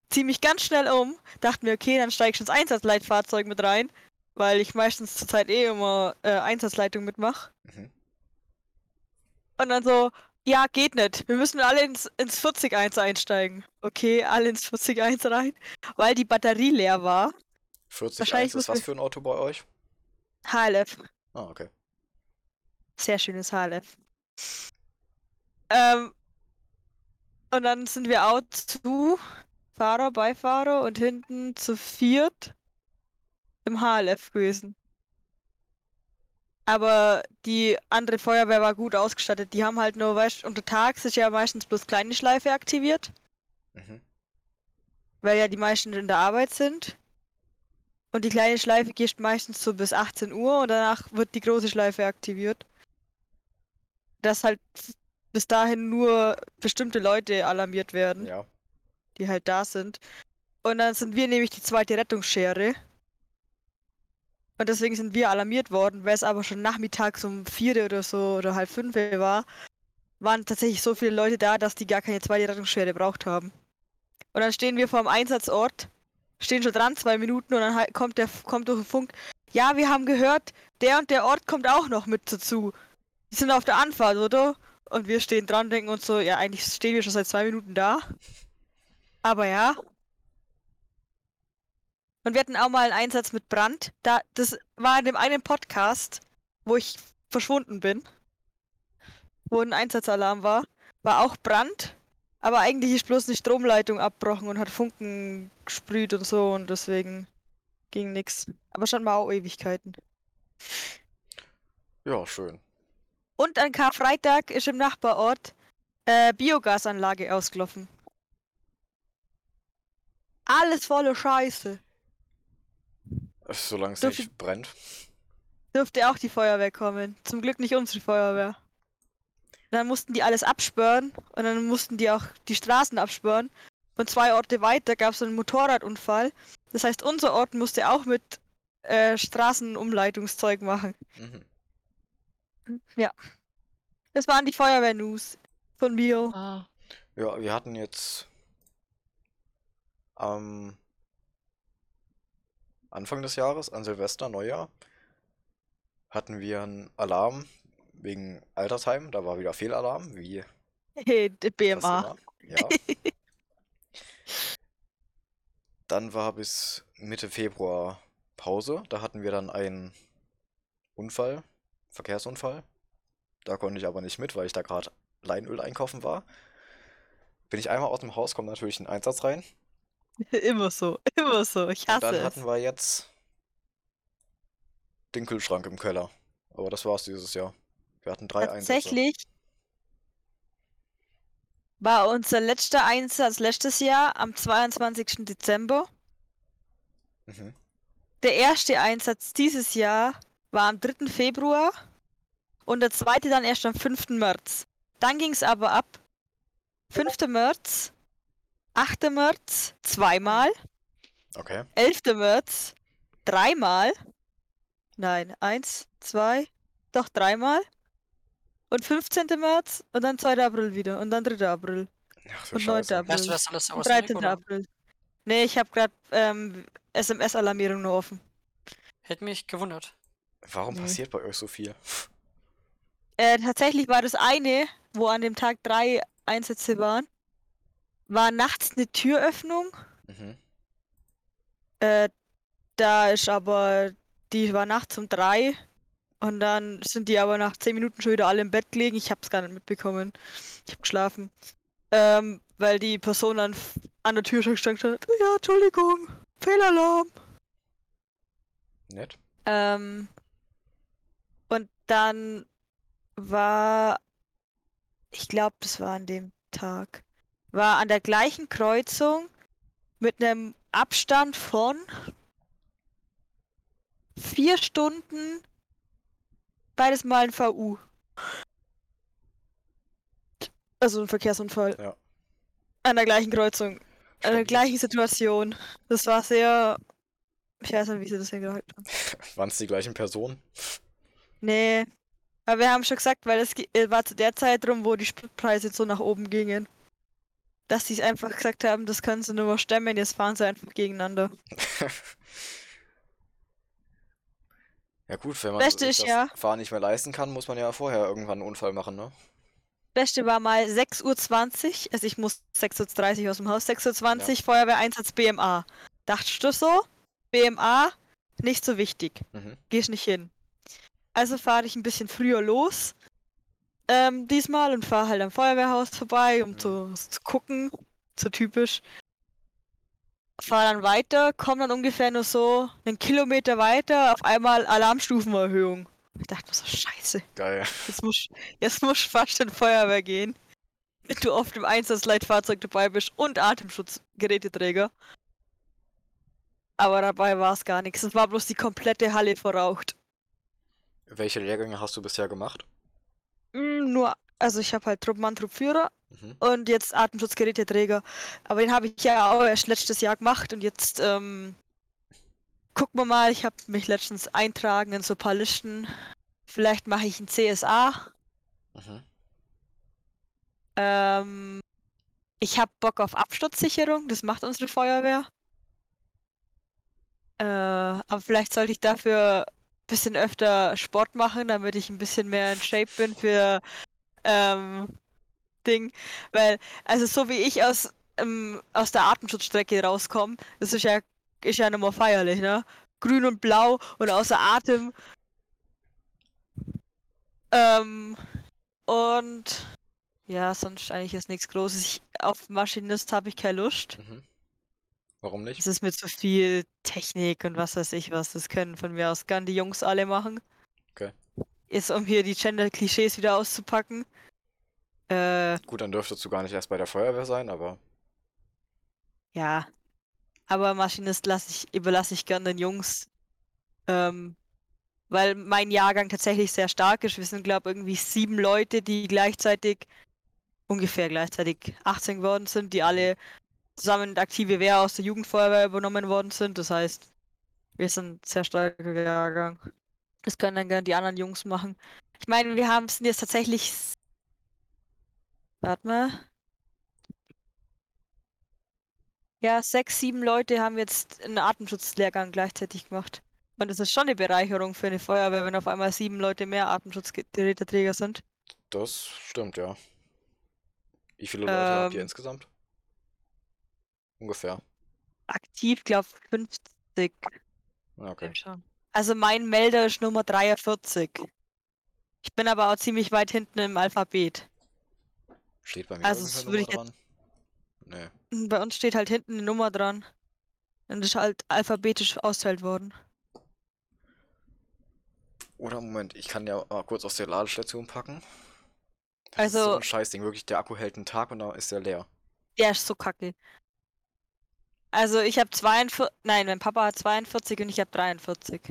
Speaker 2: Zieh mich ganz schnell um, dachte mir, okay, dann steige ich ins Einsatzleitfahrzeug mit rein, weil ich meistens zurzeit eh immer äh, Einsatzleitung mitmache.
Speaker 1: Mhm.
Speaker 2: Und dann so, ja, geht nicht. Wir müssen alle ins, ins 40-1 einsteigen. Okay, alle ins 40-1 rein, weil die Batterie leer war.
Speaker 1: 40
Speaker 2: Wahrscheinlich
Speaker 1: ist
Speaker 2: muss
Speaker 1: was
Speaker 2: ich-
Speaker 1: für ein Auto bei euch?
Speaker 2: HLF.
Speaker 1: Ah, okay.
Speaker 2: Sehr schönes HLF. Ähm, und dann sind wir out zu Fahrer, Beifahrer und hinten zu viert im HLF gewesen. Aber die andere Feuerwehr war gut ausgestattet. Die haben halt nur, weißt untertags ist ja meistens bloß kleine Schleife aktiviert.
Speaker 1: Mhm.
Speaker 2: weil ja die meisten in der Arbeit sind. Und die kleine Schleife geht meistens so bis 18 Uhr und danach wird die große Schleife aktiviert. Dass halt bis dahin nur bestimmte Leute alarmiert werden,
Speaker 1: Ja.
Speaker 2: die halt da sind. Und dann sind wir nämlich die zweite Rettungsschere. Und deswegen sind wir alarmiert worden, weil es aber schon nachmittags um vier oder so oder halb fünf war, waren tatsächlich so viele Leute da, dass die gar keine zweite Rettungsschere braucht haben. Und dann stehen wir vor dem Einsatzort, stehen schon dran, zwei Minuten, und dann halt kommt der kommt durch den Funk, ja, wir haben gehört, der und der Ort kommt auch noch mit dazu. Die sind auf der Anfahrt, oder? Und wir stehen dran, denken uns so, ja, eigentlich stehen wir schon seit zwei Minuten da. Aber ja. Und wir hatten auch mal einen Einsatz mit Brand. Da, das war in dem einen Podcast, wo ich verschwunden bin, wo ein Einsatzalarm war, war auch Brand. Aber eigentlich ist bloß eine Stromleitung abbrochen und hat Funken gesprüht und so und deswegen ging nix. Aber schon mal auch Ewigkeiten.
Speaker 1: Ja, schön.
Speaker 2: Und an Karfreitag ist im Nachbarort äh, Biogasanlage ausgelaufen. Alles volle Scheiße.
Speaker 1: Solange es
Speaker 2: Dürfen-
Speaker 1: nicht brennt.
Speaker 2: Dürfte auch die Feuerwehr kommen. Zum Glück nicht unsere Feuerwehr. Dann mussten die alles absperren und dann mussten die auch die Straßen absperren. Und zwei Orte weiter gab es einen Motorradunfall. Das heißt, unser Ort musste auch mit äh, Straßenumleitungszeug machen.
Speaker 1: Mhm.
Speaker 2: Das waren die Feuerwehr-News von Bio.
Speaker 3: Ah,
Speaker 1: Ja, wir hatten jetzt am Anfang des Jahres, an Silvester, Neujahr, hatten wir einen Alarm wegen Altersheim. Da war wieder Fehlalarm, wie
Speaker 2: Hey, d-
Speaker 1: das
Speaker 2: BMA.
Speaker 1: immer. Ja. [laughs] Dann war bis Mitte Februar Pause. Da hatten wir dann einen Unfall, Verkehrsunfall. Da konnte ich aber nicht mit, weil ich da gerade Leinöl einkaufen war. Bin ich einmal aus dem Haus, kommt natürlich ein Einsatz rein.
Speaker 2: Immer
Speaker 3: [laughs]
Speaker 2: so, immer so. Ich
Speaker 1: Und
Speaker 2: hasse
Speaker 1: dann
Speaker 2: es.
Speaker 1: hatten wir jetzt den Kühlschrank im Keller. Aber das war's dieses Jahr. Wir hatten drei Einsätze.
Speaker 2: Tatsächlich war unser letzter Einsatz letztes Jahr am 22. Dezember.
Speaker 1: Mhm.
Speaker 2: Der erste Einsatz dieses Jahr war am 3. Februar und der zweite dann erst am 5. März. Dann ging es aber ab 5. März, 8. März zweimal,
Speaker 1: Okay.
Speaker 2: 11. März dreimal. Nein, eins, zwei, doch dreimal. Und 15. März und dann 2. April wieder und dann 3. April
Speaker 1: Ach, für
Speaker 2: und 9.
Speaker 1: Scheiße.
Speaker 2: April.
Speaker 4: Weißt du das alles
Speaker 2: Und
Speaker 4: auswendig?
Speaker 2: 13.
Speaker 4: Oder?
Speaker 2: April. Nee, ich habe gerade ähm, SMS-Alarmierung nur offen.
Speaker 4: Hätte mich gewundert.
Speaker 1: Warum
Speaker 2: Nee.
Speaker 1: passiert bei euch so viel?
Speaker 2: Äh, tatsächlich war das eine, wo an dem Tag drei Einsätze waren, war nachts eine Türöffnung.
Speaker 1: Mhm.
Speaker 2: Äh, da ist aber, die war nachts um drei und dann sind die aber nach zehn Minuten schon wieder alle im Bett gelegen. Ich hab's gar nicht mitbekommen. Ich hab geschlafen. Ähm, weil die Person dann f- an der Tür schon gestanden hat. Ja, Entschuldigung, Fehlalarm.
Speaker 1: Nett.
Speaker 2: Ähm, und dann war, ich glaube, das war an dem Tag, war an der gleichen Kreuzung mit einem Abstand von vier Stunden beides Mal ein VU. Also ein Verkehrsunfall.
Speaker 1: Ja.
Speaker 2: An der gleichen Kreuzung, an der
Speaker 1: Stimmt.
Speaker 2: gleichen Situation. Das war sehr, ich weiß nicht, wie sie das hingehalten haben.
Speaker 1: Waren es die gleichen Personen?
Speaker 2: Nee. Aber wir haben schon gesagt, weil es ge- äh, war zu der Zeit rum, wo die Spritpreise so nach oben gingen. Dass sie es einfach gesagt haben, das können sie nur mal stemmen, jetzt fahren sie einfach gegeneinander.
Speaker 1: Ja gut, wenn man
Speaker 2: Beste
Speaker 1: sich
Speaker 2: ist
Speaker 1: das
Speaker 2: ja-
Speaker 1: Fahren nicht mehr leisten kann, muss man ja vorher irgendwann einen Unfall machen, ne?
Speaker 2: Beste war mal 6.20 Uhr, also ich muss 6.30 Uhr aus dem Haus, 6.20 Uhr Feuerwehreinsatz BMA. Dachtest du so? BMA, nicht so wichtig.
Speaker 1: Mhm.
Speaker 2: gehst nicht hin. Also fahre ich ein bisschen früher los. Ähm, diesmal und fahre halt am Feuerwehrhaus vorbei, um
Speaker 1: Mhm.
Speaker 2: zu, zu gucken. So typisch. Fahre dann weiter, komme dann ungefähr nur so einen Kilometer weiter, auf einmal Alarmstufenerhöhung. Ich dachte mir so, scheiße,
Speaker 1: Geil.
Speaker 2: jetzt muss jetzt muss fast in die Feuerwehr gehen. Wenn du auf dem Einsatzleitfahrzeug dabei bist und Atemschutzgeräteträger. Aber dabei war es gar nichts. Es war bloß die komplette Halle verraucht.
Speaker 1: Welche Lehrgänge hast du bisher gemacht?
Speaker 2: Mm, Nur, also ich habe halt Truppmann, Truppführer
Speaker 1: Mhm.
Speaker 2: und jetzt Atemschutzgeräteträger. Aber den habe ich ja auch erst letztes Jahr gemacht und jetzt ähm, gucken wir mal. Ich habe mich letztens eintragen in so ein paar Listen. Vielleicht mache ich ein CSA.
Speaker 1: Mhm.
Speaker 2: Ähm, ich habe Bock auf Absturzsicherung, das macht unsere Feuerwehr. Äh, aber vielleicht sollte ich dafür ein bisschen öfter Sport machen, damit ich ein bisschen mehr in Shape bin für ähm, Ding. Weil, also so wie ich aus, ähm, aus der Atemschutzstrecke rauskomme, das ist ja, ist ja nochmal feierlich, ne? Grün und blau und außer Atem. Ähm, und ja, sonst eigentlich ist nichts Großes. Ich, auf Maschinist habe ich keine Lust.
Speaker 1: Mhm. Warum nicht?
Speaker 2: Es ist mir zu viel Technik und was weiß ich was. Das können von mir aus gern die Jungs alle machen.
Speaker 1: Okay.
Speaker 2: Ist, um hier die Gender-Klischees wieder auszupacken. Äh,
Speaker 1: Gut, dann dürftest du gar nicht erst bei der Feuerwehr sein, aber
Speaker 2: ja. Aber Maschinist lass ich, überlasse ich gern den Jungs. Ähm, weil mein Jahrgang tatsächlich sehr stark ist. Wir sind, glaube ich, irgendwie sieben Leute, die gleichzeitig, ungefähr gleichzeitig 18 geworden sind, die alle zusammen in aktive Wehr aus der Jugendfeuerwehr übernommen worden sind. Das heißt, wir sind ein sehr starker Jahrgang. Das können dann gern die anderen Jungs machen. Ich meine, wir haben sind jetzt tatsächlich. s- Warte mal. Ja, sechs, sieben Leute haben jetzt einen Atemschutzlehrgang gleichzeitig gemacht. Und das ist schon eine Bereicherung für eine Feuerwehr, wenn auf einmal sieben Leute mehr Atemschutzgeräteträger sind.
Speaker 1: das stimmt, ja. Wie viele Leute habt ihr
Speaker 2: Ähm.
Speaker 1: insgesamt? Ungefähr.
Speaker 2: Aktiv, glaube 50.
Speaker 1: Ja, Okay.
Speaker 3: Nimm schon.
Speaker 2: Also mein Melder ist Nummer 43. Ich bin aber auch ziemlich weit hinten im Alphabet.
Speaker 1: Steht bei mir
Speaker 2: Also,
Speaker 1: irgendeine
Speaker 2: das würde ich
Speaker 1: Nummer dran? Nee.
Speaker 2: Und Bei uns steht halt hinten eine Nummer dran. Und das ist halt alphabetisch ausgeteilt worden.
Speaker 1: Oder Moment, ich kann ja mal kurz aus der Ladestation packen. Das ist so
Speaker 2: Also-
Speaker 1: ein Scheißding, wirklich, der Akku hält einen Tag und dann ist er leer.
Speaker 2: Der ist so kacke. Also ich habe 42, nein, mein Papa hat 42 und ich habe 43.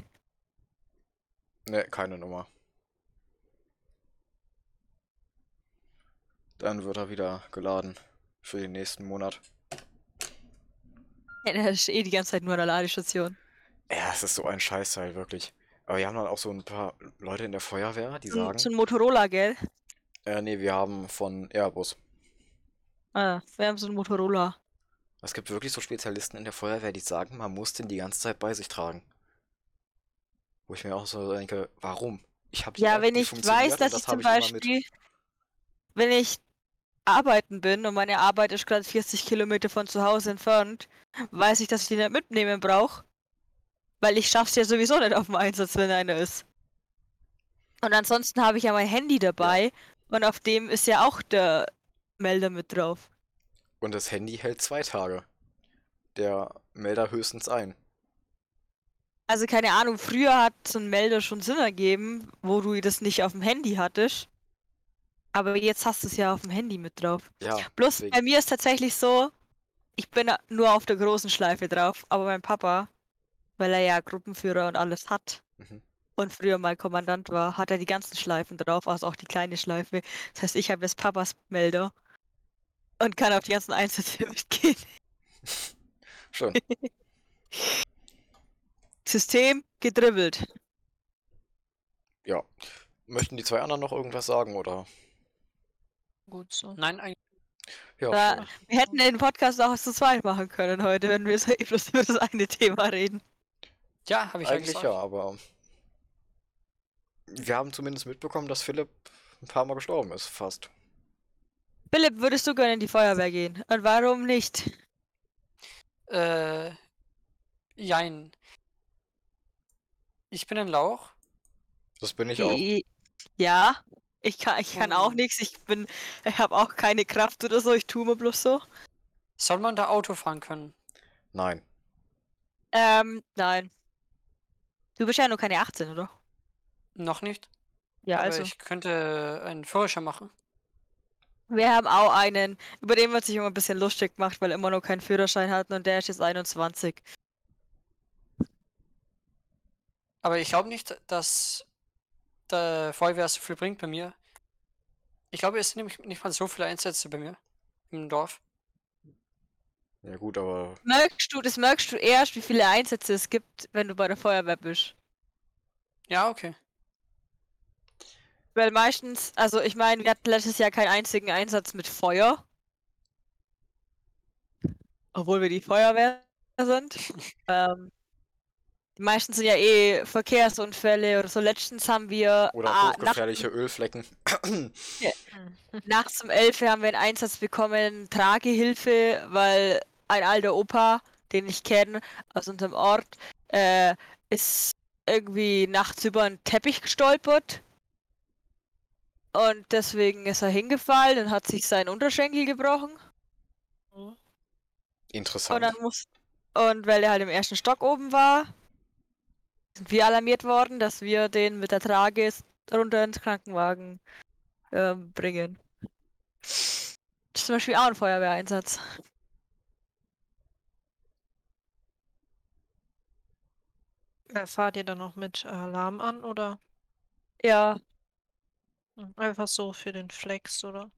Speaker 1: Ne, keine Nummer. Dann wird er wieder geladen für den nächsten Monat.
Speaker 2: Ja, Der ist eh die ganze Zeit nur an der Ladestation.
Speaker 1: Ja, es ist so ein Scheißteil, wirklich. Aber wir haben dann auch so ein paar Leute in der Feuerwehr, die
Speaker 2: Zum,
Speaker 1: sagen,
Speaker 2: Hm, zum Motorola, gell?
Speaker 1: äh, nee, wir haben von Airbus.
Speaker 2: Ah, wir haben so ein Motorola.
Speaker 1: Es gibt wirklich so Spezialisten in der Feuerwehr, die sagen, man muss den die ganze Zeit bei sich tragen. Wo ich mir auch so denke, warum? Ich habe die
Speaker 2: Ja,
Speaker 1: App,
Speaker 2: wenn
Speaker 1: die
Speaker 2: ich
Speaker 1: funktioniert
Speaker 2: weiß,
Speaker 1: und
Speaker 2: dass
Speaker 1: das
Speaker 2: ich zum
Speaker 1: hab ich immer mit.
Speaker 2: Beispiel, wenn ich arbeiten bin und meine Arbeit ist gerade 40 Kilometer von zu Hause entfernt, weiß ich, dass ich den nicht mitnehmen brauche. Weil ich schaff's ja sowieso nicht auf dem Einsatz, wenn einer ist. Und ansonsten habe ich ja mein Handy dabei und auf dem ist ja auch der Melder mit drauf.
Speaker 1: Und das Handy hält zwei Tage. Der Melder höchstens ein.
Speaker 2: Also keine Ahnung, früher hat so ein Melder schon Sinn ergeben, wo du das nicht auf dem Handy hattest. Aber jetzt hast du es ja auf dem Handy mit drauf.
Speaker 1: Ja,
Speaker 2: Bloß
Speaker 1: deswegen.
Speaker 2: bei mir ist tatsächlich so, ich bin a- nur auf der großen Schleife drauf, aber mein Papa, weil er ja Gruppenführer und alles hat
Speaker 1: Mhm.
Speaker 2: und früher mal Kommandant war, hat er die ganzen Schleifen drauf, also auch die kleine Schleife. Das heißt, ich habe jetzt Papas Melder und kann auf die ganzen Einsätze mitgehen. [laughs]
Speaker 1: Schön.
Speaker 2: System gedribbelt.
Speaker 1: Ja. Möchten die zwei anderen noch irgendwas sagen, oder?
Speaker 3: Gut
Speaker 1: Hm.
Speaker 3: so.
Speaker 4: Nein, eigentlich.
Speaker 1: Ja,
Speaker 2: Da-
Speaker 1: schön.
Speaker 2: Wir hätten den Podcast auch zu zweit machen können heute, wenn wir so [laughs] eh bloß über das eine Thema reden.
Speaker 4: Ja, habe ich
Speaker 1: Eigentlich
Speaker 4: gesagt.
Speaker 1: ja, aber wir haben zumindest mitbekommen, dass Philipp ein paar Mal gestorben ist, fast.
Speaker 2: Philipp, würdest du gerne in die Feuerwehr gehen? Und warum nicht?
Speaker 4: Äh, jein. Ich bin ein Lauch.
Speaker 1: Das bin ich auch.
Speaker 2: I- Ja, ich kann, ich kann auch
Speaker 4: Mhm.
Speaker 2: nichts. Ich bin, ich habe auch keine Kraft oder so. Ich tue mir bloß so.
Speaker 4: Soll man da Auto fahren können?
Speaker 1: Nein.
Speaker 2: Ähm, nein. Du bist ja nur keine 18, oder?
Speaker 4: Noch nicht.
Speaker 2: Ja,
Speaker 4: aber
Speaker 2: also.
Speaker 4: ich könnte einen Führerschein machen.
Speaker 2: Wir haben auch einen, über den wird sich immer ein bisschen lustig gemacht, weil er immer noch keinen Führerschein hat und der ist jetzt 21.
Speaker 4: Aber ich glaube nicht, dass der Feuerwehr so viel bringt bei mir. Ich glaube, es sind nämlich nicht mal so viele Einsätze bei mir im Dorf.
Speaker 1: Ja gut, aber
Speaker 2: Merkst du, das merkst du erst, wie viele Einsätze es gibt, wenn du bei der Feuerwehr bist.
Speaker 4: Ja, okay.
Speaker 2: Weil meistens, also ich meine, wir hatten letztes Jahr keinen einzigen Einsatz mit Feuer. Obwohl wir die Feuerwehr sind. ähm, meistens sind ja eh Verkehrsunfälle oder so. Letztens haben wir
Speaker 1: oder
Speaker 2: ah, nach,
Speaker 1: hochgefährliche Ölflecken. [clears throat]
Speaker 2: nachts um 11 Uhr haben wir einen Einsatz bekommen, Tragehilfe, weil ein alter Opa, den ich kenne, aus unserem Ort, äh, ist irgendwie nachts über einen Teppich gestolpert. Und deswegen ist er hingefallen und hat sich seinen Unterschenkel gebrochen. Und
Speaker 1: Interessant.
Speaker 2: dann muss. Und weil er halt im ersten Stock oben war, sind wir alarmiert worden, dass wir den mit der Trage runter ins Krankenwagen ähm, bringen. Das ist zum Beispiel auch ein Feuerwehreinsatz.
Speaker 3: Äh, Fahrt ihr dann noch mit Alarm an oder
Speaker 2: Ja,
Speaker 3: Hm, einfach so für den Flex oder?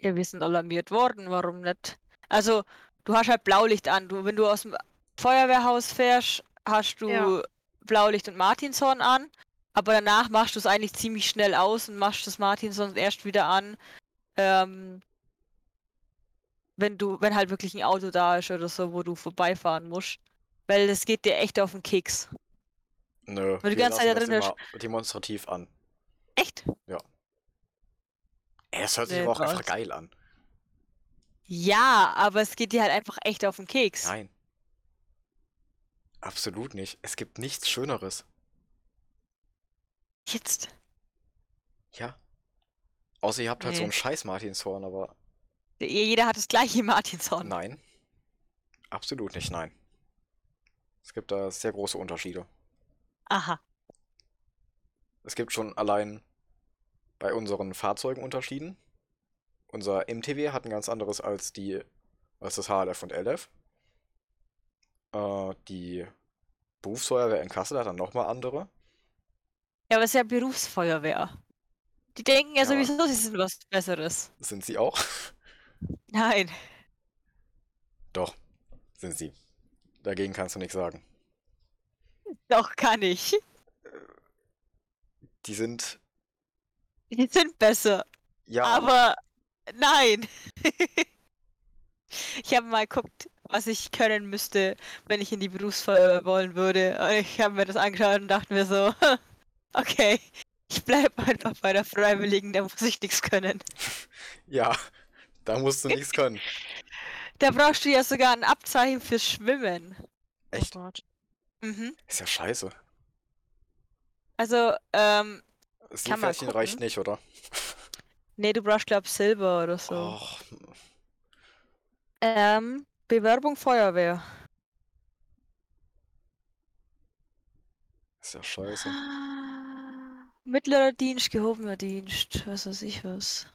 Speaker 2: Ja, wir sind alarmiert worden, warum nicht? Also, du hast halt Blaulicht an. Du, wenn du aus dem Feuerwehrhaus fährst, hast du
Speaker 3: Ja.
Speaker 2: Blaulicht und Martinshorn an. Aber danach machst du es eigentlich ziemlich schnell aus und machst das Martinshorn erst wieder an, ähm, wenn du, wenn halt wirklich ein Auto da ist oder so, wo du vorbeifahren musst. Weil das geht dir echt auf den Keks.
Speaker 1: Nö.
Speaker 2: Weil die
Speaker 1: wir
Speaker 2: ganze Zeit da
Speaker 1: lassen
Speaker 2: drin
Speaker 1: das immer demonstrativ an.
Speaker 2: Echt?
Speaker 1: Ey, das hört sich
Speaker 2: Nee,
Speaker 1: aber auch
Speaker 2: bei
Speaker 1: einfach
Speaker 2: uns-
Speaker 1: geil an.
Speaker 2: Ja, aber es geht dir halt einfach echt auf den Keks.
Speaker 1: Nein. Absolut nicht. Es gibt nichts Schöneres.
Speaker 2: Jetzt.
Speaker 1: Ja. Außer ihr habt halt so
Speaker 2: Nee.
Speaker 1: einen scheiß Martinshorn, aber
Speaker 2: Jeder hat das gleiche Martinshorn.
Speaker 1: nein. Absolut nicht, nein. Es gibt da sehr große Unterschiede.
Speaker 2: Aha.
Speaker 1: Es gibt schon allein bei unseren Fahrzeugen Unterschieden. Unser MTW hat ein ganz anderes als die, als das HLF und LF. Äh, die Berufsfeuerwehr in Kassel hat dann nochmal andere.
Speaker 2: Ja, aber es ist ja Berufsfeuerwehr. Die denken ja
Speaker 1: Ja.
Speaker 2: sowieso, sie sind was Besseres.
Speaker 1: Sind sie auch? [laughs]
Speaker 2: Nein. [laughs]
Speaker 1: Doch, sind sie. Dagegen kannst du nichts sagen.
Speaker 2: Doch kann ich.
Speaker 1: Die sind,
Speaker 2: Die sind besser.
Speaker 1: ja,
Speaker 2: Aber nein. [laughs] ich habe mal geguckt, was ich können müsste, wenn ich in die Berufsfeuerwehr wollen würde. Und ich habe mir das angeschaut und dachte mir so, [laughs] okay, ich bleibe einfach bei der Freiwilligen, da muss ich nichts können.
Speaker 1: ja, da musst du
Speaker 2: [laughs]
Speaker 1: nichts können.
Speaker 2: Da brauchst du ja sogar ein Abzeichen fürs Schwimmen.
Speaker 1: Echt?
Speaker 3: Oh Gott.
Speaker 2: Mhm.
Speaker 1: Ist ja scheiße.
Speaker 2: Also, ähm,
Speaker 1: Das
Speaker 2: Kann man
Speaker 1: Seepferdchen reicht
Speaker 2: gucken.
Speaker 1: nicht, oder?
Speaker 2: nee, du brauchst, glaub Silber oder so.
Speaker 1: Och,
Speaker 2: Ähm, Bewerbung Feuerwehr.
Speaker 1: ist ja scheiße.
Speaker 2: Ah, Mittlerer Dienst, gehobener Dienst, was weiß ich was.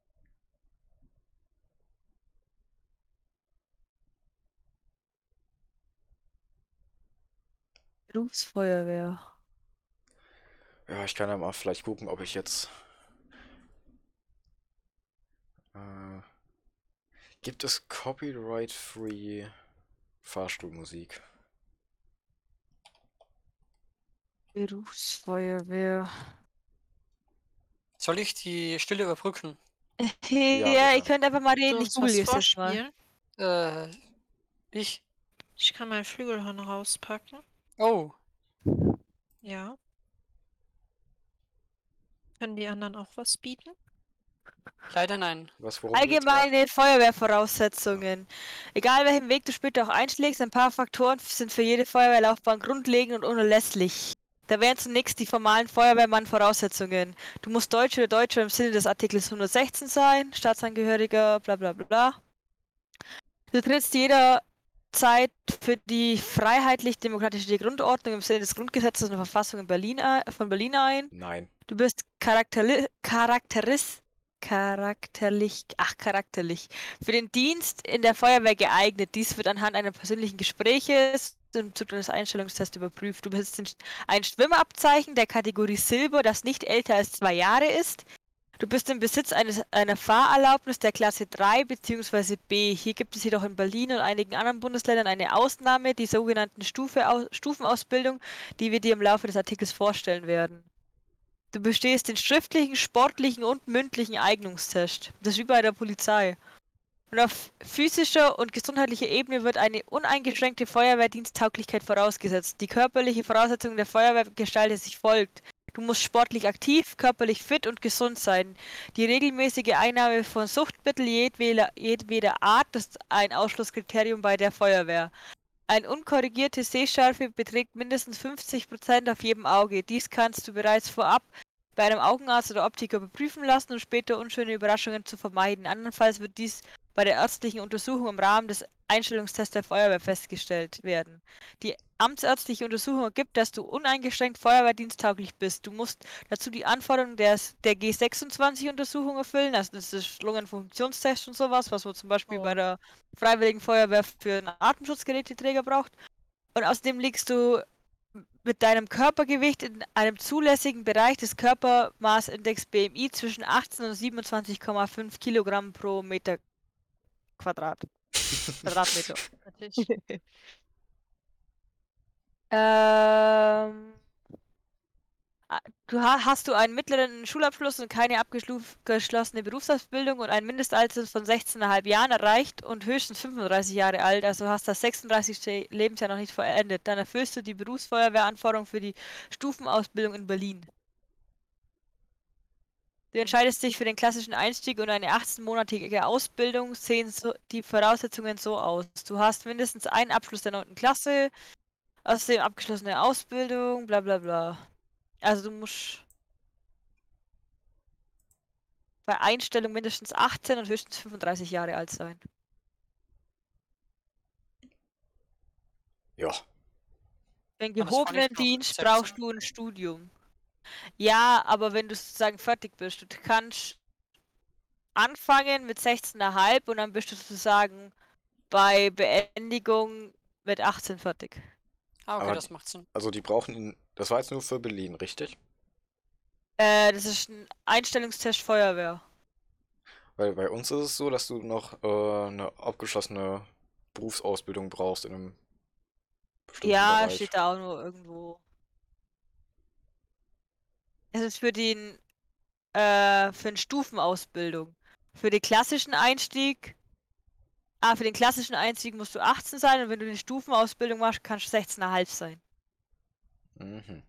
Speaker 2: Berufsfeuerwehr.
Speaker 1: Ja, ich kann ja mal vielleicht gucken, ob ich jetzt. Äh, gibt es Copyright-free Fahrstuhlmusik?
Speaker 2: Berufsfeuerwehr.
Speaker 4: Soll ich die Stille überbrücken?
Speaker 2: [laughs] Ja,
Speaker 1: bitte.
Speaker 2: ich könnte einfach mal reden, ich
Speaker 3: Willst du uns
Speaker 2: google
Speaker 3: was
Speaker 2: es jetzt mal.
Speaker 3: vorspielen?
Speaker 4: Äh, ich?
Speaker 3: Ich kann mein Flügelhorn rauspacken.
Speaker 4: Oh,
Speaker 3: Ja. Können die anderen auch was bieten?
Speaker 4: leider nein.
Speaker 1: Was, worum geht's grad?
Speaker 2: Allgemeine Feuerwehrvoraussetzungen. Egal welchen Weg du später auch einschlägst, ein paar Faktoren sind für jede Feuerwehrlaufbahn grundlegend und unerlässlich. Da wären zunächst die formalen Feuerwehrmann-Voraussetzungen. Du musst Deutsch oder Deutscher im Sinne des Artikels 116 sein, Staatsangehöriger, bla bla bla bla. Du trittst jederzeit für die freiheitlich-demokratische Grundordnung im Sinne des Grundgesetzes und der Verfassung in Berlin ein, von Berlin ein.
Speaker 1: Nein.
Speaker 2: Du bist charakterli charakteris charakterlich, ach charakterlich, für den Dienst in der Feuerwehr geeignet. Dies wird anhand eines persönlichen Gespräches im Zuge eines Einstellungstests überprüft. Du besitzt ein Sch- ein Schwimmabzeichen der Kategorie Silber, das nicht älter als zwei Jahre ist. Du bist im Besitz eines, einer Fahrerlaubnis der Klasse 3 bzw. B. Hier gibt es jedoch in Berlin und einigen anderen Bundesländern eine Ausnahme, die sogenannten Stufe, Au- Stufenausbildung, die wir dir im Laufe des Artikels vorstellen werden. Du bestehst den schriftlichen, sportlichen und mündlichen Eignungstest. Das ist wie bei der Polizei. Und auf physischer und gesundheitlicher Ebene wird eine uneingeschränkte Feuerwehrdiensttauglichkeit vorausgesetzt. Die körperliche Voraussetzung der Feuerwehr gestaltet sich folgt. Du musst sportlich aktiv, körperlich fit und gesund sein. Die regelmäßige Einnahme von Suchtmitteln jedweder, jedweder Art ist ein Ausschlusskriterium bei der Feuerwehr. Eine unkorrigierte Sehschärfe beträgt mindestens 50% auf jedem Auge. Dies kannst du bereits vorab bei einem Augenarzt oder Optiker überprüfen lassen, um später unschöne Überraschungen zu vermeiden. Andernfalls wird dies bei der ärztlichen Untersuchung im Rahmen des Einstellungstests der Feuerwehr festgestellt werden. Die amtsärztliche Untersuchung ergibt, dass du uneingeschränkt feuerwehrdiensttauglich bist. Du musst dazu die Anforderungen des, der G26-Untersuchung erfüllen, also das ist Lungenfunktionstest und sowas, was man zum Beispiel
Speaker 3: Oh.
Speaker 2: bei der Freiwilligen Feuerwehr für einen Atemschutzgeräteträger braucht. Und außerdem liegst du mit deinem Körpergewicht in einem zulässigen Bereich des Körpermaßindex BMI zwischen 18 und 27,5 Kilogramm pro Meter Quadrat. Quadratmeter.
Speaker 3: Natürlich.
Speaker 2: [laughs] Ähm, a- du ha- hast du einen mittleren Schulabschluss und keine abgeschlossene Berufsausbildung und ein Mindestalter von 16,5 Jahren erreicht und höchstens 35 Jahre alt, also hast das 36. Lebensjahr noch nicht vollendet, dann erfüllst du die Berufsfeuerwehranforderung für die Stufenausbildung in Berlin. Du entscheidest dich für den klassischen Einstieg und eine 18-monatige Ausbildung sehen so, die Voraussetzungen so aus. Du hast mindestens einen Abschluss der 9. Klasse, Außerdem abgeschlossene Ausbildung, bla bla bla. Also du musst bei Einstellung mindestens 18 und höchstens 35 Jahre alt sein.
Speaker 1: [laughs] Ja.
Speaker 2: Für den
Speaker 4: Aber das war nicht
Speaker 2: gehobenen
Speaker 4: noch
Speaker 2: Dienst
Speaker 4: 16?
Speaker 2: brauchst du ein Studium. Ja, aber wenn du sozusagen fertig bist, du kannst anfangen mit 16,5 und dann bist du sozusagen bei Beendigung mit 18 fertig.
Speaker 4: Ah, okay,
Speaker 1: Aber-
Speaker 4: das macht Sinn.
Speaker 1: Also die brauchen ihn. Das war jetzt nur für Berlin, richtig?
Speaker 2: Äh, das ist ein Einstellungstest Feuerwehr.
Speaker 1: Weil bei uns ist es so, dass du noch äh, eine abgeschlossene Berufsausbildung brauchst in einem bestimmten
Speaker 2: Ja,
Speaker 1: Bereich.
Speaker 2: steht da auch nur irgendwo. Es ist für den, äh, für eine Stufenausbildung. Für den klassischen Einstieg, ah, für den klassischen Einstieg musst du 18 sein und wenn du eine Stufenausbildung machst, kannst du 16,5 sein.
Speaker 1: Mhm.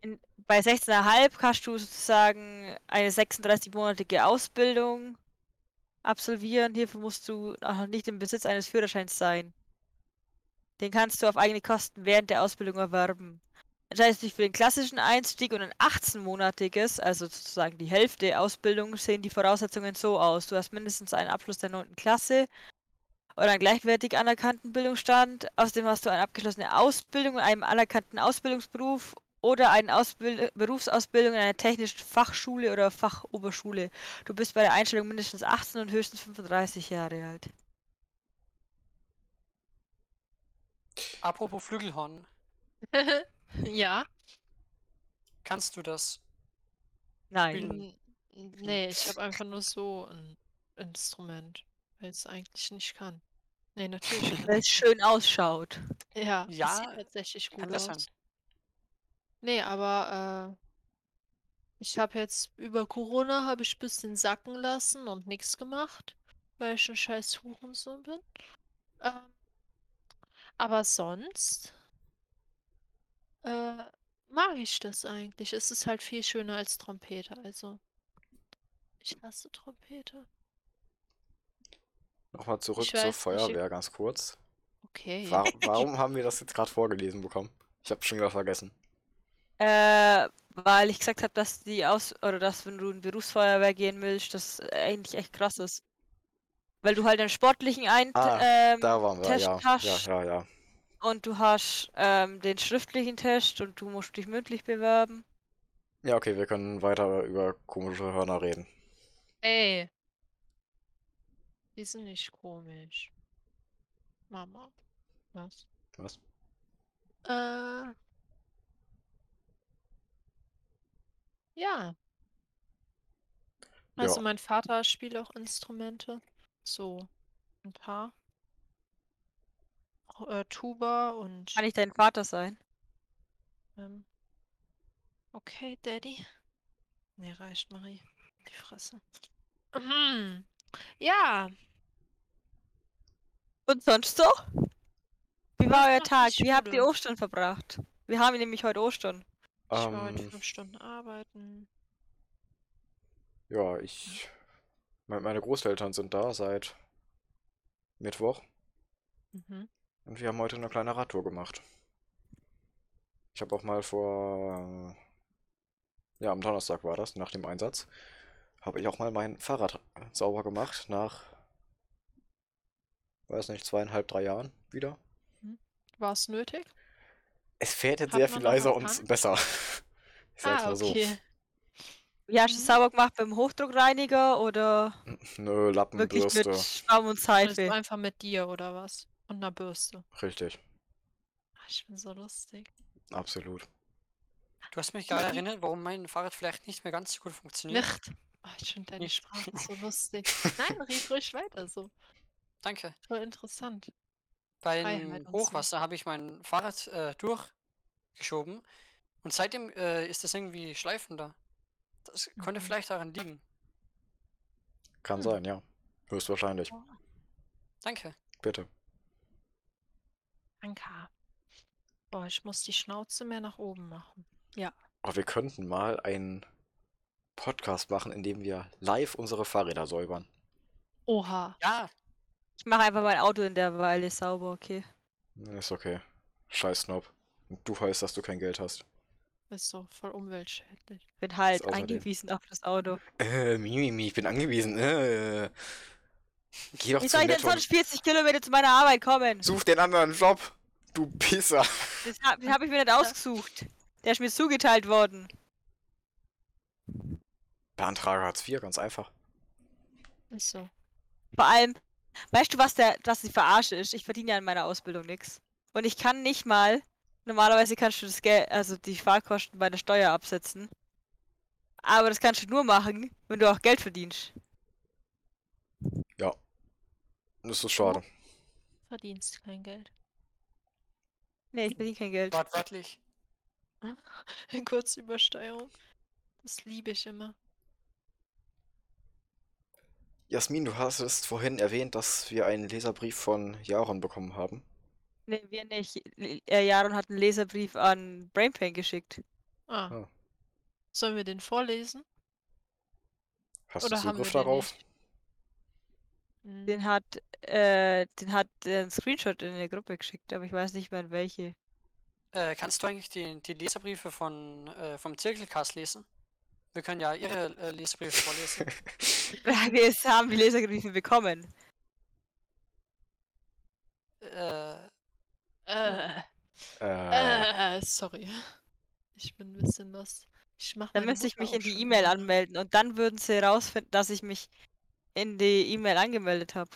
Speaker 2: In, bei 16,5 kannst du sozusagen eine 36-monatige Ausbildung absolvieren. Hierfür musst du auch noch nicht im Besitz eines Führerscheins sein. Den kannst du auf eigene Kosten während der Ausbildung erwerben. Entscheidest du dich für den klassischen Einstieg und ein 18-monatiges, also sozusagen die Hälfte Ausbildung, sehen die Voraussetzungen so aus. Du hast mindestens einen Abschluss der 9. Klasse oder einen gleichwertig anerkannten Bildungsstand. Außerdem hast du eine abgeschlossene Ausbildung in einem anerkannten Ausbildungsberuf oder eine Ausbild Berufsausbildung in einer technischen Fachschule oder Fachoberschule. Du bist bei der Einstellung mindestens 18 und höchstens 35 Jahre alt.
Speaker 4: Apropos Flügelhorn,
Speaker 3: ja.
Speaker 4: kannst du das?
Speaker 2: Nein.
Speaker 4: Mhm.
Speaker 1: Hm.
Speaker 3: N- Nee, ich habe einfach nur so ein Instrument, weil es eigentlich nicht kann.
Speaker 1: [laughs]
Speaker 3: Nee, natürlich. kann
Speaker 2: Weil es schön ausschaut.
Speaker 3: ich- Ja, es
Speaker 4: Ja,
Speaker 3: sieht tatsächlich
Speaker 4: kann
Speaker 3: gut
Speaker 4: das sein?
Speaker 3: aus. Nee, aber äh, ich habe jetzt über Corona habe ich ein bisschen sacken lassen und nichts gemacht, weil ich ein scheiß Hurensohn bin. Ähm, aber sonst äh, mag ich das eigentlich. Es ist halt viel schöner als Trompete, also ich hasse Trompete.
Speaker 1: Nochmal zurück
Speaker 3: Ich
Speaker 1: zur
Speaker 3: weiß nicht, ich-
Speaker 1: Feuerwehr ganz kurz.
Speaker 3: Okay. [laughs]
Speaker 1: Wa warum haben wir das jetzt gerade vorgelesen bekommen? Ich habe schon wieder vergessen.
Speaker 2: Äh, weil ich gesagt habe, dass die aus oder dass wenn du in Berufsfeuerwehr gehen willst, das eigentlich echt krass ist. Weil du halt einen sportlichen Ein
Speaker 1: Ah,
Speaker 2: ähm,
Speaker 1: Da waren wir, ja. Ja,
Speaker 2: Testpasch.
Speaker 1: ja, ja.
Speaker 2: und du hast ähm, den schriftlichen Test und du musst dich mündlich bewerben.
Speaker 1: Ja, okay, wir können weiter über komische Hörner reden.
Speaker 3: Ey. Die sind nicht komisch. Mama. Was?
Speaker 1: Was?
Speaker 3: Äh. Ja. Also
Speaker 1: Ja.
Speaker 3: mein Vater spielt auch Instrumente. So ein paar. Auch, Äh, Tuba und
Speaker 2: Kann ich dein Vater sein?
Speaker 3: ähm, Okay, Daddy. Nee, reicht, Marie. Die Fresse. Mhm. Ja.
Speaker 2: Und sonst so? Wie
Speaker 3: Sonst
Speaker 2: war euer
Speaker 3: noch die
Speaker 2: Tag? Wie habt ihr
Speaker 3: Schule.
Speaker 2: Ostern verbracht? Wir haben nämlich heute Ostern.
Speaker 3: Ich war heute
Speaker 1: Ähm,
Speaker 3: fünf Stunden arbeiten.
Speaker 1: ja, ich. me- Meine Großeltern sind da seit Mittwoch
Speaker 3: Mhm.
Speaker 1: und wir haben heute eine kleine Radtour gemacht. Ich habe auch mal vor. Ja, am Donnerstag war das, nach dem Einsatz. Habe ich auch mal mein Fahrrad sauber gemacht, nach. Weiß nicht, zweieinhalb, drei Jahren wieder.
Speaker 3: War es nötig?
Speaker 1: Es fährt jetzt
Speaker 3: Hat
Speaker 1: sehr
Speaker 3: man
Speaker 1: viel
Speaker 3: noch
Speaker 1: leiser
Speaker 3: was
Speaker 1: und
Speaker 3: dran?
Speaker 1: besser. [laughs]
Speaker 3: Ah,
Speaker 1: Ich
Speaker 2: Ah,
Speaker 1: sag's mal so.
Speaker 2: Ja, hast du
Speaker 3: Mhm.
Speaker 2: sauber gemacht mit dem Hochdruckreiniger oder
Speaker 1: Nö,
Speaker 2: wirklich
Speaker 1: Lappenbürste.
Speaker 2: mit Schwamm und
Speaker 3: Also
Speaker 2: Seife?
Speaker 3: einfach mit dir oder was? Und einer Bürste.
Speaker 1: Richtig,
Speaker 3: Ach, Ah, Ich bin so lustig.
Speaker 1: absolut.
Speaker 4: Du hast mich gerade erinnert, warum mein Fahrrad vielleicht nicht mehr ganz so gut funktioniert.
Speaker 3: Nicht. Ach, Ah, ich finde deine
Speaker 4: Nicht.
Speaker 1: [laughs]
Speaker 3: Sprache so lustig. Nein, red ruhig weiter so.
Speaker 4: Danke.
Speaker 3: Voll interessant. Freiheit und
Speaker 4: Beim
Speaker 3: so.
Speaker 4: Hochwasser habe ich mein Fahrrad äh, durchgeschoben und seitdem äh, ist das irgendwie schleifender. Das könnte
Speaker 3: Mhm.
Speaker 4: vielleicht daran liegen.
Speaker 1: Kann
Speaker 3: Hm.
Speaker 1: sein, ja. Höchstwahrscheinlich.
Speaker 4: Danke.
Speaker 1: Bitte.
Speaker 3: Anka. Boah, ich muss die Schnauze mehr nach oben machen.
Speaker 1: Aber wir könnten mal einen Podcast machen, in dem wir live unsere Fahrräder säubern.
Speaker 3: Oha.
Speaker 4: Ja,
Speaker 2: Ich mache einfach mein Auto in der Weile sauber, okay.
Speaker 1: Hm, Ist okay. Scheiß Snob. Und du heißt, dass du kein Geld hast.
Speaker 3: Ist so voll umweltschädlich.
Speaker 2: Bin halt
Speaker 1: außerdem.
Speaker 2: angewiesen auf das Auto.
Speaker 1: Äh, Mimimi, ich bin angewiesen. Äh. Geh doch
Speaker 2: Wie
Speaker 1: zu
Speaker 2: soll ich denn
Speaker 1: Netto. und
Speaker 2: sonst 40 Kilometer zu meiner Arbeit kommen?
Speaker 1: Such den anderen Job. Du Pisser.
Speaker 2: Das habe hab ich mir nicht ausgesucht. Der ist mir zugeteilt worden.
Speaker 1: Beantrage Hartz IV, ganz einfach.
Speaker 3: Ist so.
Speaker 2: Vor allem, weißt du, was der, was die Verarsche ist? Ich verdiene ja in meiner Ausbildung nichts. Und ich kann nicht mal, normalerweise kannst du das Geld, also die Fahrkosten bei der Steuer absetzen. Aber das kannst du nur machen, wenn du auch Geld verdienst.
Speaker 1: Das ist schade.
Speaker 3: Verdienst kein Geld.
Speaker 2: Nee, ich verdiene kein Geld.
Speaker 4: wortwörtlich.
Speaker 3: [laughs] Kurzübersteuerung. Das liebe ich immer.
Speaker 1: Jasmin, du hast es vorhin erwähnt, dass wir einen Leserbrief von Jaron bekommen haben.
Speaker 2: Nee, wir nicht. L- äh, Jaron hat einen Leserbrief an Brainpain geschickt.
Speaker 3: Ah.
Speaker 1: Ah.
Speaker 3: Sollen wir den vorlesen?
Speaker 1: Hast
Speaker 3: Oder
Speaker 1: du
Speaker 3: haben wir
Speaker 1: Zugriff
Speaker 3: den
Speaker 1: darauf?
Speaker 3: Hm,
Speaker 2: Den hat, äh, den hat äh, ein Screenshot in eine Gruppe geschickt, aber ich weiß nicht mehr in welche. [laughs]
Speaker 4: Äh, kannst du eigentlich die, die Leserbriefe von, äh, vom Zirkelcast lesen? Wir können ja ihre äh, Leserbriefe vorlesen.
Speaker 2: Die Frage ist, haben die Leserbriefe bekommen?
Speaker 4: Äh,
Speaker 3: Äh,
Speaker 1: [laughs] Äh,
Speaker 3: äh, sorry. Ich bin ein bisschen lost. Ich mach
Speaker 2: Dann
Speaker 3: meine
Speaker 2: müsste ich
Speaker 3: Mutter
Speaker 2: mich
Speaker 3: auch
Speaker 2: in die
Speaker 3: schon
Speaker 2: E-Mail
Speaker 3: wieder.
Speaker 2: anmelden und dann würden sie herausfinden, dass ich mich in die E-Mail angemeldet habe.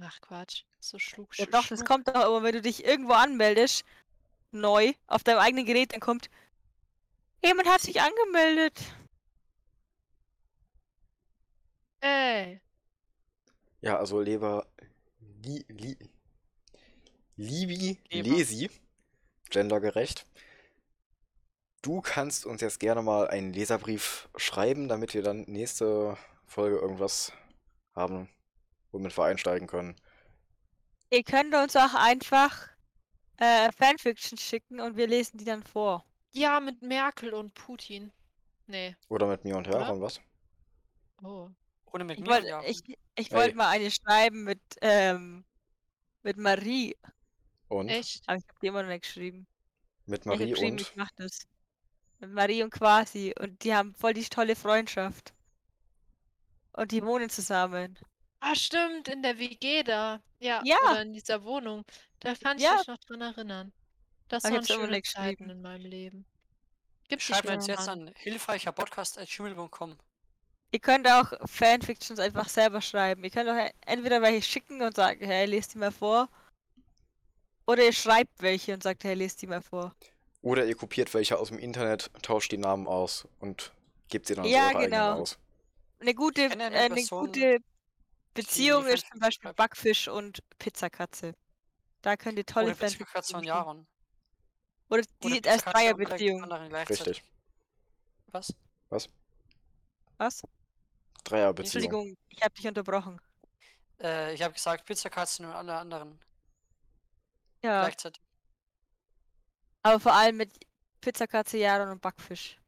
Speaker 3: Ach Quatsch, so schlug
Speaker 2: Ja
Speaker 3: sch-
Speaker 2: doch, das
Speaker 3: schlug-
Speaker 2: kommt doch immer, wenn du dich irgendwo anmeldest, neu, auf deinem eigenen Gerät, dann kommt, jemand hat sich angemeldet.
Speaker 3: Ey,
Speaker 1: ja, also lieber Li, Li, Libi
Speaker 4: Lieber.
Speaker 1: Lesi, gendergerecht. Du kannst uns jetzt gerne mal einen Leserbrief schreiben, damit wir dann nächste Folge irgendwas haben, womit wir einsteigen können.
Speaker 2: Ihr könnt uns auch einfach äh, Fanfiction schicken und wir lesen die dann vor.
Speaker 3: ja, mit Merkel und Putin. Nee,
Speaker 1: Oder mit mir und
Speaker 3: Oder?
Speaker 1: Jaron, was?
Speaker 3: oh.
Speaker 4: ohne mit
Speaker 2: Ich
Speaker 4: mir.
Speaker 2: wollte
Speaker 4: Ja.
Speaker 2: ich, ich
Speaker 1: Ey.
Speaker 2: wollt mal eine schreiben mit, ähm, mit Marie,
Speaker 1: Und
Speaker 3: Echt?
Speaker 2: aber ich habe die immer noch nicht geschrieben.
Speaker 1: mit
Speaker 2: Ich hab
Speaker 1: Marie
Speaker 2: geschrieben,
Speaker 1: und
Speaker 2: Ich mach das. Mit Marie und Quasi. Und die haben voll die tolle Freundschaft. Und die wohnen zusammen.
Speaker 3: Ah, stimmt, in der WG da. Ja,
Speaker 2: Ja.
Speaker 3: oder in dieser Wohnung. Da kann ich
Speaker 2: Ja.
Speaker 3: mich noch dran erinnern. Das
Speaker 2: Aber ich
Speaker 3: waren
Speaker 2: hab's immer
Speaker 3: schöne
Speaker 2: nicht
Speaker 3: Zeiten
Speaker 2: geschrieben.
Speaker 3: in meinem Leben. Gibt
Speaker 4: Schreibt
Speaker 3: nicht
Speaker 4: uns
Speaker 3: mehr,
Speaker 4: jetzt
Speaker 3: Mann.
Speaker 4: an hilfreicherpodcast.gmail.com.
Speaker 2: Ihr könnt auch Fanfictions einfach selber schreiben. Ihr könnt auch e- entweder welche schicken und sagen, hey, lest die mal vor. Oder ihr schreibt welche und sagt, hey, lest die mal vor.
Speaker 1: Oder ihr kopiert welche aus dem Internet, tauscht die Namen aus und gebt sie dann als
Speaker 2: Ja,
Speaker 1: eure eigenen
Speaker 2: genau.
Speaker 1: aus.
Speaker 2: Eine gute,
Speaker 4: kenne
Speaker 2: äh,
Speaker 4: eine
Speaker 2: eine
Speaker 4: Person,
Speaker 2: gute Beziehung ist zum
Speaker 4: Fanfiction
Speaker 2: Beispiel
Speaker 4: schreibt.
Speaker 2: Backfisch und Pizzakatze. Da könnt ihr tolle
Speaker 4: Ohne
Speaker 2: Fanfictions
Speaker 4: Bezirkelcast von
Speaker 2: entstehen.
Speaker 4: Jaron.
Speaker 2: Oder
Speaker 4: Ohne
Speaker 2: die als
Speaker 4: Bezirkelcast von
Speaker 2: Dreierbeziehung.
Speaker 4: anderen gleichzeitig.
Speaker 1: Richtig.
Speaker 4: Was?
Speaker 2: Was?
Speaker 1: Dreierbeziehung.
Speaker 2: Entschuldigung, ich habe dich unterbrochen.
Speaker 4: Äh, ich habe gesagt, Pizzakatzen und alle anderen
Speaker 2: Ja.
Speaker 4: gleichzeitig.
Speaker 2: Aber vor allem mit Pizzakatze, Jaron und Backfisch.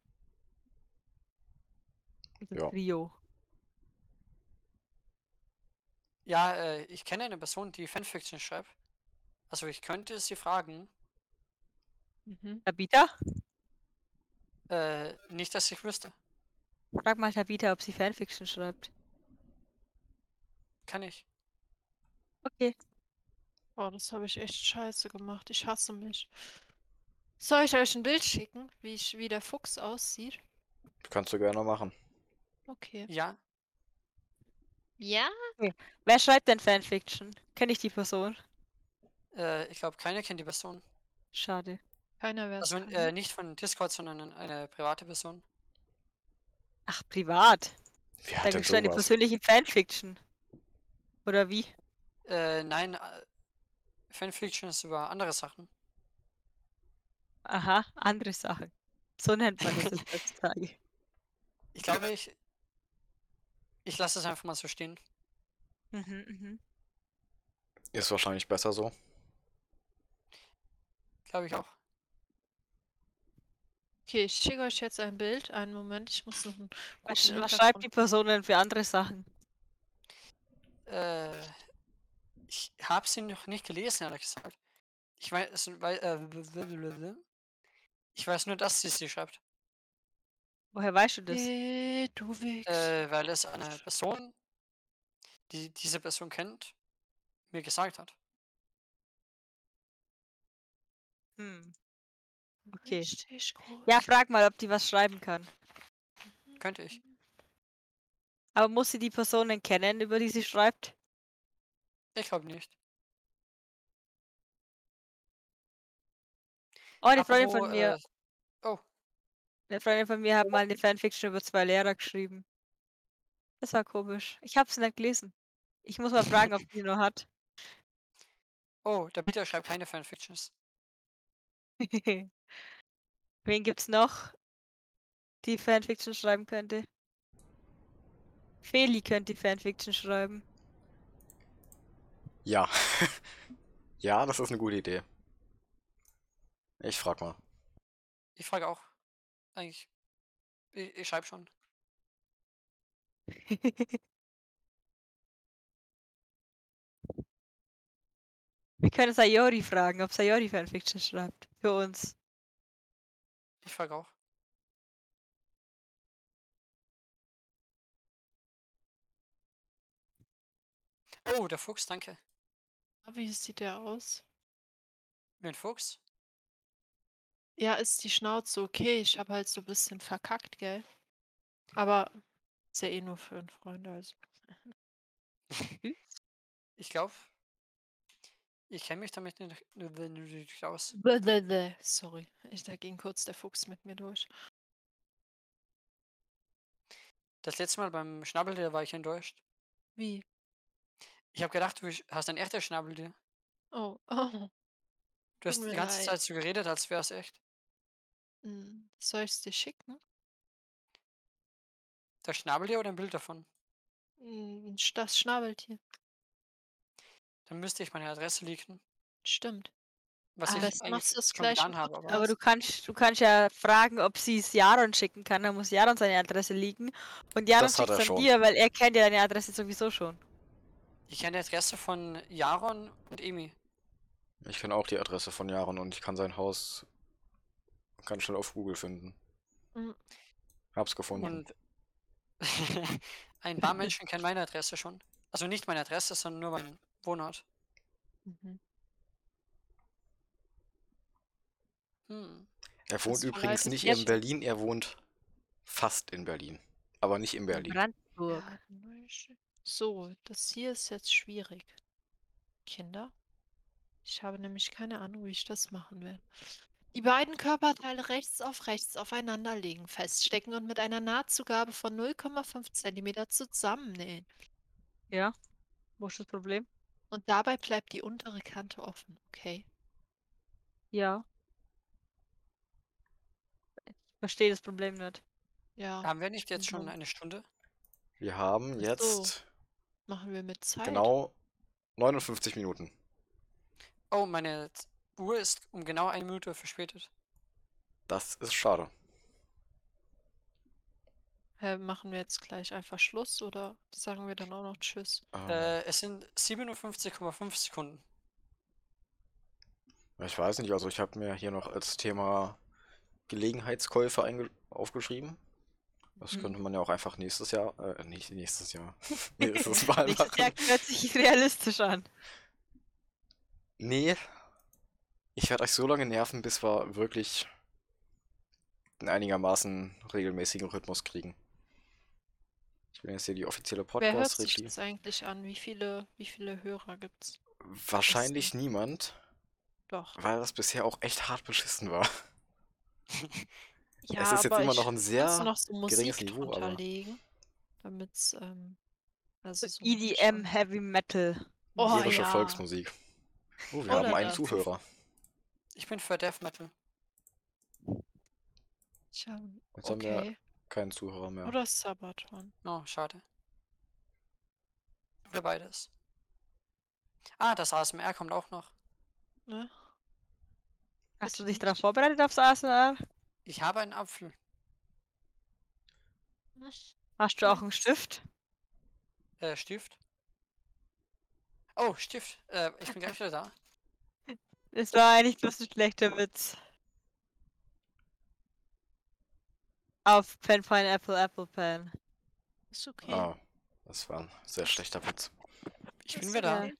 Speaker 2: Dieses
Speaker 1: Ja.
Speaker 2: Trio.
Speaker 4: Ja, äh, ich kenne eine Person, die Fanfiction schreibt. Also ich könnte sie fragen.
Speaker 3: Mhm.
Speaker 2: Tabita?
Speaker 4: Äh, nicht, dass ich wüsste.
Speaker 2: Frag mal Tabita, ob sie Fanfiction schreibt.
Speaker 4: Kann ich.
Speaker 2: Okay.
Speaker 3: Oh, das habe ich echt scheiße gemacht. Ich hasse mich. Soll ich euch ein Bild schicken, wie, ich, wie der Fuchs aussieht?
Speaker 1: Kannst du gerne machen.
Speaker 3: Okay.
Speaker 4: Ja,
Speaker 3: Ja?
Speaker 2: Wer schreibt denn Fanfiction? Kenne ich die Person?
Speaker 4: äh, ich glaube, keiner kennt die Person.
Speaker 2: Schade.
Speaker 3: Keiner weiß.
Speaker 4: Also äh, nicht von Discord, sondern eine private Person.
Speaker 2: Ach, privat.
Speaker 1: Wie hat
Speaker 2: Dann
Speaker 1: denn
Speaker 2: gibt's deine
Speaker 1: sowas?
Speaker 2: persönliche Fanfiction. Oder wie?
Speaker 4: Äh, nein, äh, Fanfiction ist über andere Sachen.
Speaker 2: Aha, andere Sachen. So nennt man das [laughs] heutzutage.
Speaker 4: Ich glaube, ich, ich lasse es einfach mal so stehen.
Speaker 2: Mhm, mhm.
Speaker 1: Ist wahrscheinlich besser so.
Speaker 4: Glaube ich auch.
Speaker 3: Okay, ich schicke euch jetzt ein Bild. Einen Moment, ich muss noch einen
Speaker 2: Was,
Speaker 3: guten
Speaker 2: was
Speaker 3: Hintergrund-
Speaker 2: schreibt die Person denn für andere Sachen?
Speaker 4: Äh, ich habe sie noch nicht gelesen, ehrlich gesagt. Ich weiß, es- weil, äh, blablabla. ich weiß nur, dass sie sie schreibt.
Speaker 2: Woher weißt du das?
Speaker 3: Hey, du Wichs.
Speaker 4: Äh, weil es eine Person, die diese Person kennt, mir gesagt hat.
Speaker 2: Hm. Okay.
Speaker 3: Richtig gut.
Speaker 2: Ja, frag mal, ob die was schreiben kann.
Speaker 4: Könnte ich.
Speaker 2: Aber muss sie die Personen kennen, über die sie schreibt?
Speaker 4: Ich glaube nicht.
Speaker 2: Oh, eine Freundin von
Speaker 4: Apropos,
Speaker 2: mir,
Speaker 4: äh, oh,
Speaker 2: eine Freundin von mir hat mal eine Fanfiction über zwei Lehrer geschrieben. Das war komisch. Ich hab's nicht gelesen. Ich muss mal fragen, ob die noch hat. [laughs]
Speaker 4: oh, der Peter schreibt keine Fanfictions.
Speaker 2: Wen gibt's noch, die Fanfiction schreiben könnte? Feli könnte die Fanfiction schreiben.
Speaker 1: Ja. [laughs] ja, das ist eine gute Idee. Ich frag mal.
Speaker 4: Ich frage auch. Eigentlich. Ich, ich schreibe schon.
Speaker 2: Wir können Sayori fragen, ob Sayori Fanfiction schreibt. Für uns.
Speaker 4: Ich frage auch. Oh, der Fuchs, danke.
Speaker 3: Wie sieht der aus?
Speaker 4: Wie ein Fuchs?
Speaker 3: Ja, ist die Schnauze okay. Ich habe halt so ein bisschen verkackt, gell? Aber ist ja eh nur für einen Freund, also.
Speaker 4: Ich glaube. Ich kenne mich damit nicht nicht aus.
Speaker 3: Blablabla. Sorry, ich, da ging kurz der Fuchs mit mir durch.
Speaker 4: Das letzte Mal beim Schnabeltier war ich enttäuscht.
Speaker 3: Wie?
Speaker 4: Ich habe gedacht, du sch- hast ein echtes Schnabeltier.
Speaker 3: Oh, [laughs] oh.
Speaker 4: Du hast
Speaker 3: Tut
Speaker 4: die
Speaker 3: mir
Speaker 4: ganze
Speaker 3: leid.
Speaker 4: Zeit so geredet, als wäre es echt.
Speaker 3: Hm, Soll ich es dir schicken?
Speaker 4: Das Schnabeltier oder ein Bild davon?
Speaker 3: Hm, sch- Das Schnabeltier.
Speaker 4: Dann müsste ich meine Adresse leaken.
Speaker 3: Stimmt.
Speaker 4: Was
Speaker 3: Am
Speaker 4: ich
Speaker 3: besten
Speaker 4: eigentlich
Speaker 3: Ah, machst du es
Speaker 4: schon
Speaker 3: gleich
Speaker 4: getan
Speaker 3: im
Speaker 4: habe. Aber
Speaker 2: Aber du kannst, du kannst ja fragen, ob sie es Jaron schicken kann. Dann muss Jaron seine Adresse liegen. Und Jaron
Speaker 1: Das hat
Speaker 2: schickt
Speaker 1: er
Speaker 2: es an
Speaker 1: schon.
Speaker 2: dir, weil er kennt ja deine Adresse sowieso schon.
Speaker 4: ich kenne die Adresse von Jaron und Emi.
Speaker 1: Ich kenne auch die Adresse von Jahren und ich kann sein Haus ganz schnell auf Google finden.
Speaker 3: Mhm.
Speaker 1: Hab's gefunden.
Speaker 4: Und [laughs]
Speaker 3: [laughs]
Speaker 4: ein paar Menschen kennen meine Adresse schon. Also nicht meine Adresse, sondern nur meinen Wohnort.
Speaker 3: Mhm.
Speaker 4: Hm.
Speaker 1: Er wohnt
Speaker 3: das war
Speaker 1: übrigens
Speaker 3: relativ
Speaker 1: nicht in
Speaker 3: frisch.
Speaker 1: Berlin, er wohnt fast in Berlin. Aber nicht in Berlin.
Speaker 2: Brandenburg.
Speaker 3: Ja, Neusch- So, das hier ist jetzt schwierig. Kinder, ich habe nämlich keine Ahnung, wie ich das machen will. Die beiden Körperteile rechts auf rechts aufeinander legen, feststecken und mit einer Nahtzugabe von 0,5 cm zusammennähen.
Speaker 2: Ja. Wo ist das Problem?
Speaker 3: Und dabei bleibt die untere Kante offen, okay?
Speaker 2: Ja. Ich verstehe das Problem nicht.
Speaker 3: Ja,
Speaker 4: Haben wir nicht jetzt schon
Speaker 3: Mhm.
Speaker 4: eine Stunde?
Speaker 1: Wir haben
Speaker 3: Ach so.
Speaker 1: jetzt
Speaker 3: machen wir mit Zeit.
Speaker 1: genau 59 Minuten.
Speaker 4: Oh, meine Z- Uhr ist um genau eine Minute verspätet.
Speaker 1: Das ist schade.
Speaker 3: Äh, machen wir jetzt gleich einfach Schluss oder sagen wir dann auch noch Tschüss?
Speaker 1: Ähm,
Speaker 4: Äh, es sind 57,5 Sekunden.
Speaker 1: Ich weiß nicht, also ich habe mir hier noch als Thema Gelegenheitskäufe einge- aufgeschrieben. Das
Speaker 2: Mhm.
Speaker 1: könnte man ja auch einfach nächstes Jahr, äh, nicht
Speaker 2: [laughs]
Speaker 1: nächstes Jahr, nächstes Mal
Speaker 2: Nächstes Jahr
Speaker 1: machen.
Speaker 2: hört sich realistisch an.
Speaker 1: Nee. Ich werde euch so lange nerven, bis wir wirklich einen einigermaßen regelmäßigen Rhythmus kriegen. Ich bin jetzt hier die offizielle
Speaker 3: Wer hört sich
Speaker 1: Podcast-Regie.
Speaker 3: das eigentlich an? Wie viele, wie viele Hörer gibt's?
Speaker 1: Wahrscheinlich niemand,
Speaker 3: Doch.
Speaker 1: weil das bisher auch echt hart beschissen
Speaker 3: [laughs]
Speaker 1: war.
Speaker 3: Ja,
Speaker 1: es ist jetzt
Speaker 3: aber
Speaker 1: immer
Speaker 3: ich
Speaker 1: noch ein
Speaker 3: kannst
Speaker 1: sehr.
Speaker 3: du noch so Musik
Speaker 1: geringes Niveau, aber-
Speaker 3: drunterlegen, damit's ähm, also so
Speaker 2: EDM E Heavy Metal.
Speaker 3: Oh,
Speaker 1: Irische
Speaker 3: ja.
Speaker 1: Volksmusik. Oh, wir
Speaker 3: Oder
Speaker 1: haben einen
Speaker 3: das.
Speaker 1: Zuhörer.
Speaker 4: Ich bin für Death Metal.
Speaker 3: Ich hab-
Speaker 1: Jetzt haben wir
Speaker 3: Okay.
Speaker 1: keinen Zuhörer mehr.
Speaker 3: Oder Sabaton.
Speaker 4: Oh, schade. Oder beides. Ah, das ASMR kommt auch noch.
Speaker 3: Ne?
Speaker 2: Hast du
Speaker 3: Bitte
Speaker 2: dich darauf
Speaker 3: nicht.
Speaker 2: vorbereitet aufs ASMR?
Speaker 4: Ich habe einen Apfel.
Speaker 2: Hast du
Speaker 3: Ja.
Speaker 2: auch einen Stift?
Speaker 4: Äh, Stift. Oh, Stift. Äh, ich bin gleich wieder da.
Speaker 2: Es war eigentlich bloß ein schlechter Witz. Auf Pen Pine Apple Apple Pen.
Speaker 3: Ist okay.
Speaker 1: Ah, das war ein sehr schlechter Witz.
Speaker 4: Ich bin
Speaker 3: Ist
Speaker 4: wieder da.
Speaker 3: okay.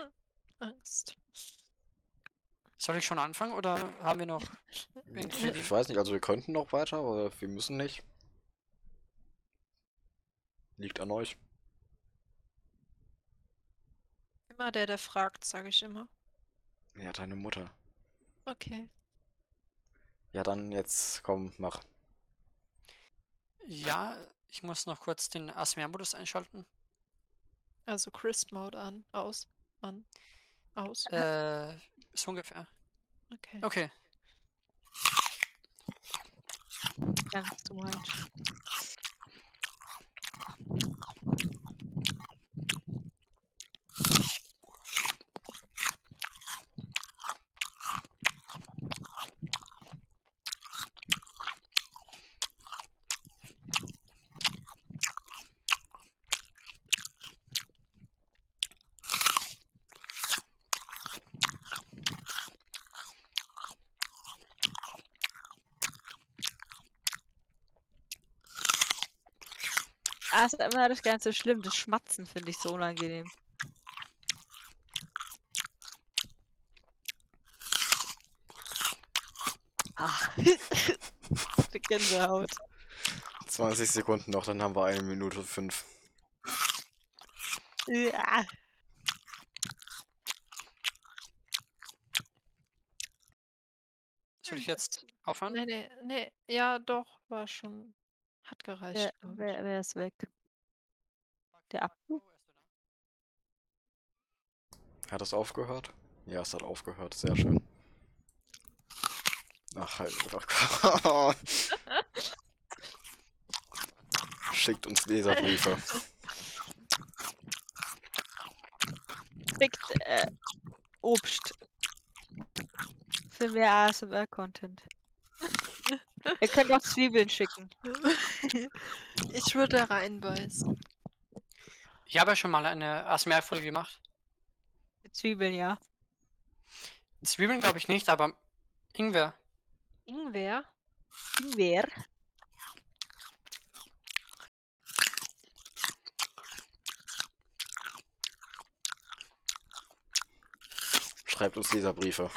Speaker 3: Hm. [laughs] Angst.
Speaker 4: Soll ich schon anfangen oder haben wir noch?
Speaker 1: Ich, ich weiß nicht, also wir könnten noch weiter, aber wir müssen nicht. Liegt an euch.
Speaker 3: Immer der, der fragt, sage ich immer.
Speaker 1: Ja, deine Mutter.
Speaker 3: Okay.
Speaker 1: Ja, dann jetzt komm, mach.
Speaker 4: Ja, ich muss noch kurz den ASMR-Modus einschalten.
Speaker 3: Also Crisp Mode an, aus, an, aus.
Speaker 4: Äh, so ungefähr.
Speaker 3: Okay.
Speaker 4: Okay.
Speaker 3: Ja, du meinst.
Speaker 2: ASMR ist gar nicht so schlimm, das Schmatzen finde ich so unangenehm. Ach. Die Ah. [laughs] Gänsehaut.
Speaker 1: 20 Sekunden noch, dann haben wir eine Minute fünf.
Speaker 2: Ja.
Speaker 4: Soll ich jetzt aufhören?
Speaker 3: Nee, nee, nee. Ja, doch, war schon. Hat gereicht.
Speaker 2: Wer,
Speaker 3: glaub ich.
Speaker 2: wer, wer ist weg? Der Abflug?
Speaker 1: Hat das aufgehört? Ja, es hat aufgehört, sehr schön. Ach, halt, oh Gott. Schickt uns Leserbriefe.
Speaker 2: Kriegt äh, Obst. Für mehr ASMR-Content. Ihr könnt auch Zwiebeln schicken.
Speaker 3: [laughs] Ich würde reinbeißen.
Speaker 4: Ich habe ja schon mal eine ASMR-Folge gemacht.
Speaker 2: Zwiebeln, ja.
Speaker 4: Zwiebeln glaube ich nicht, aber Ingwer.
Speaker 3: Ingwer?
Speaker 2: Ingwer.
Speaker 1: Schreibt uns Leserbriefe.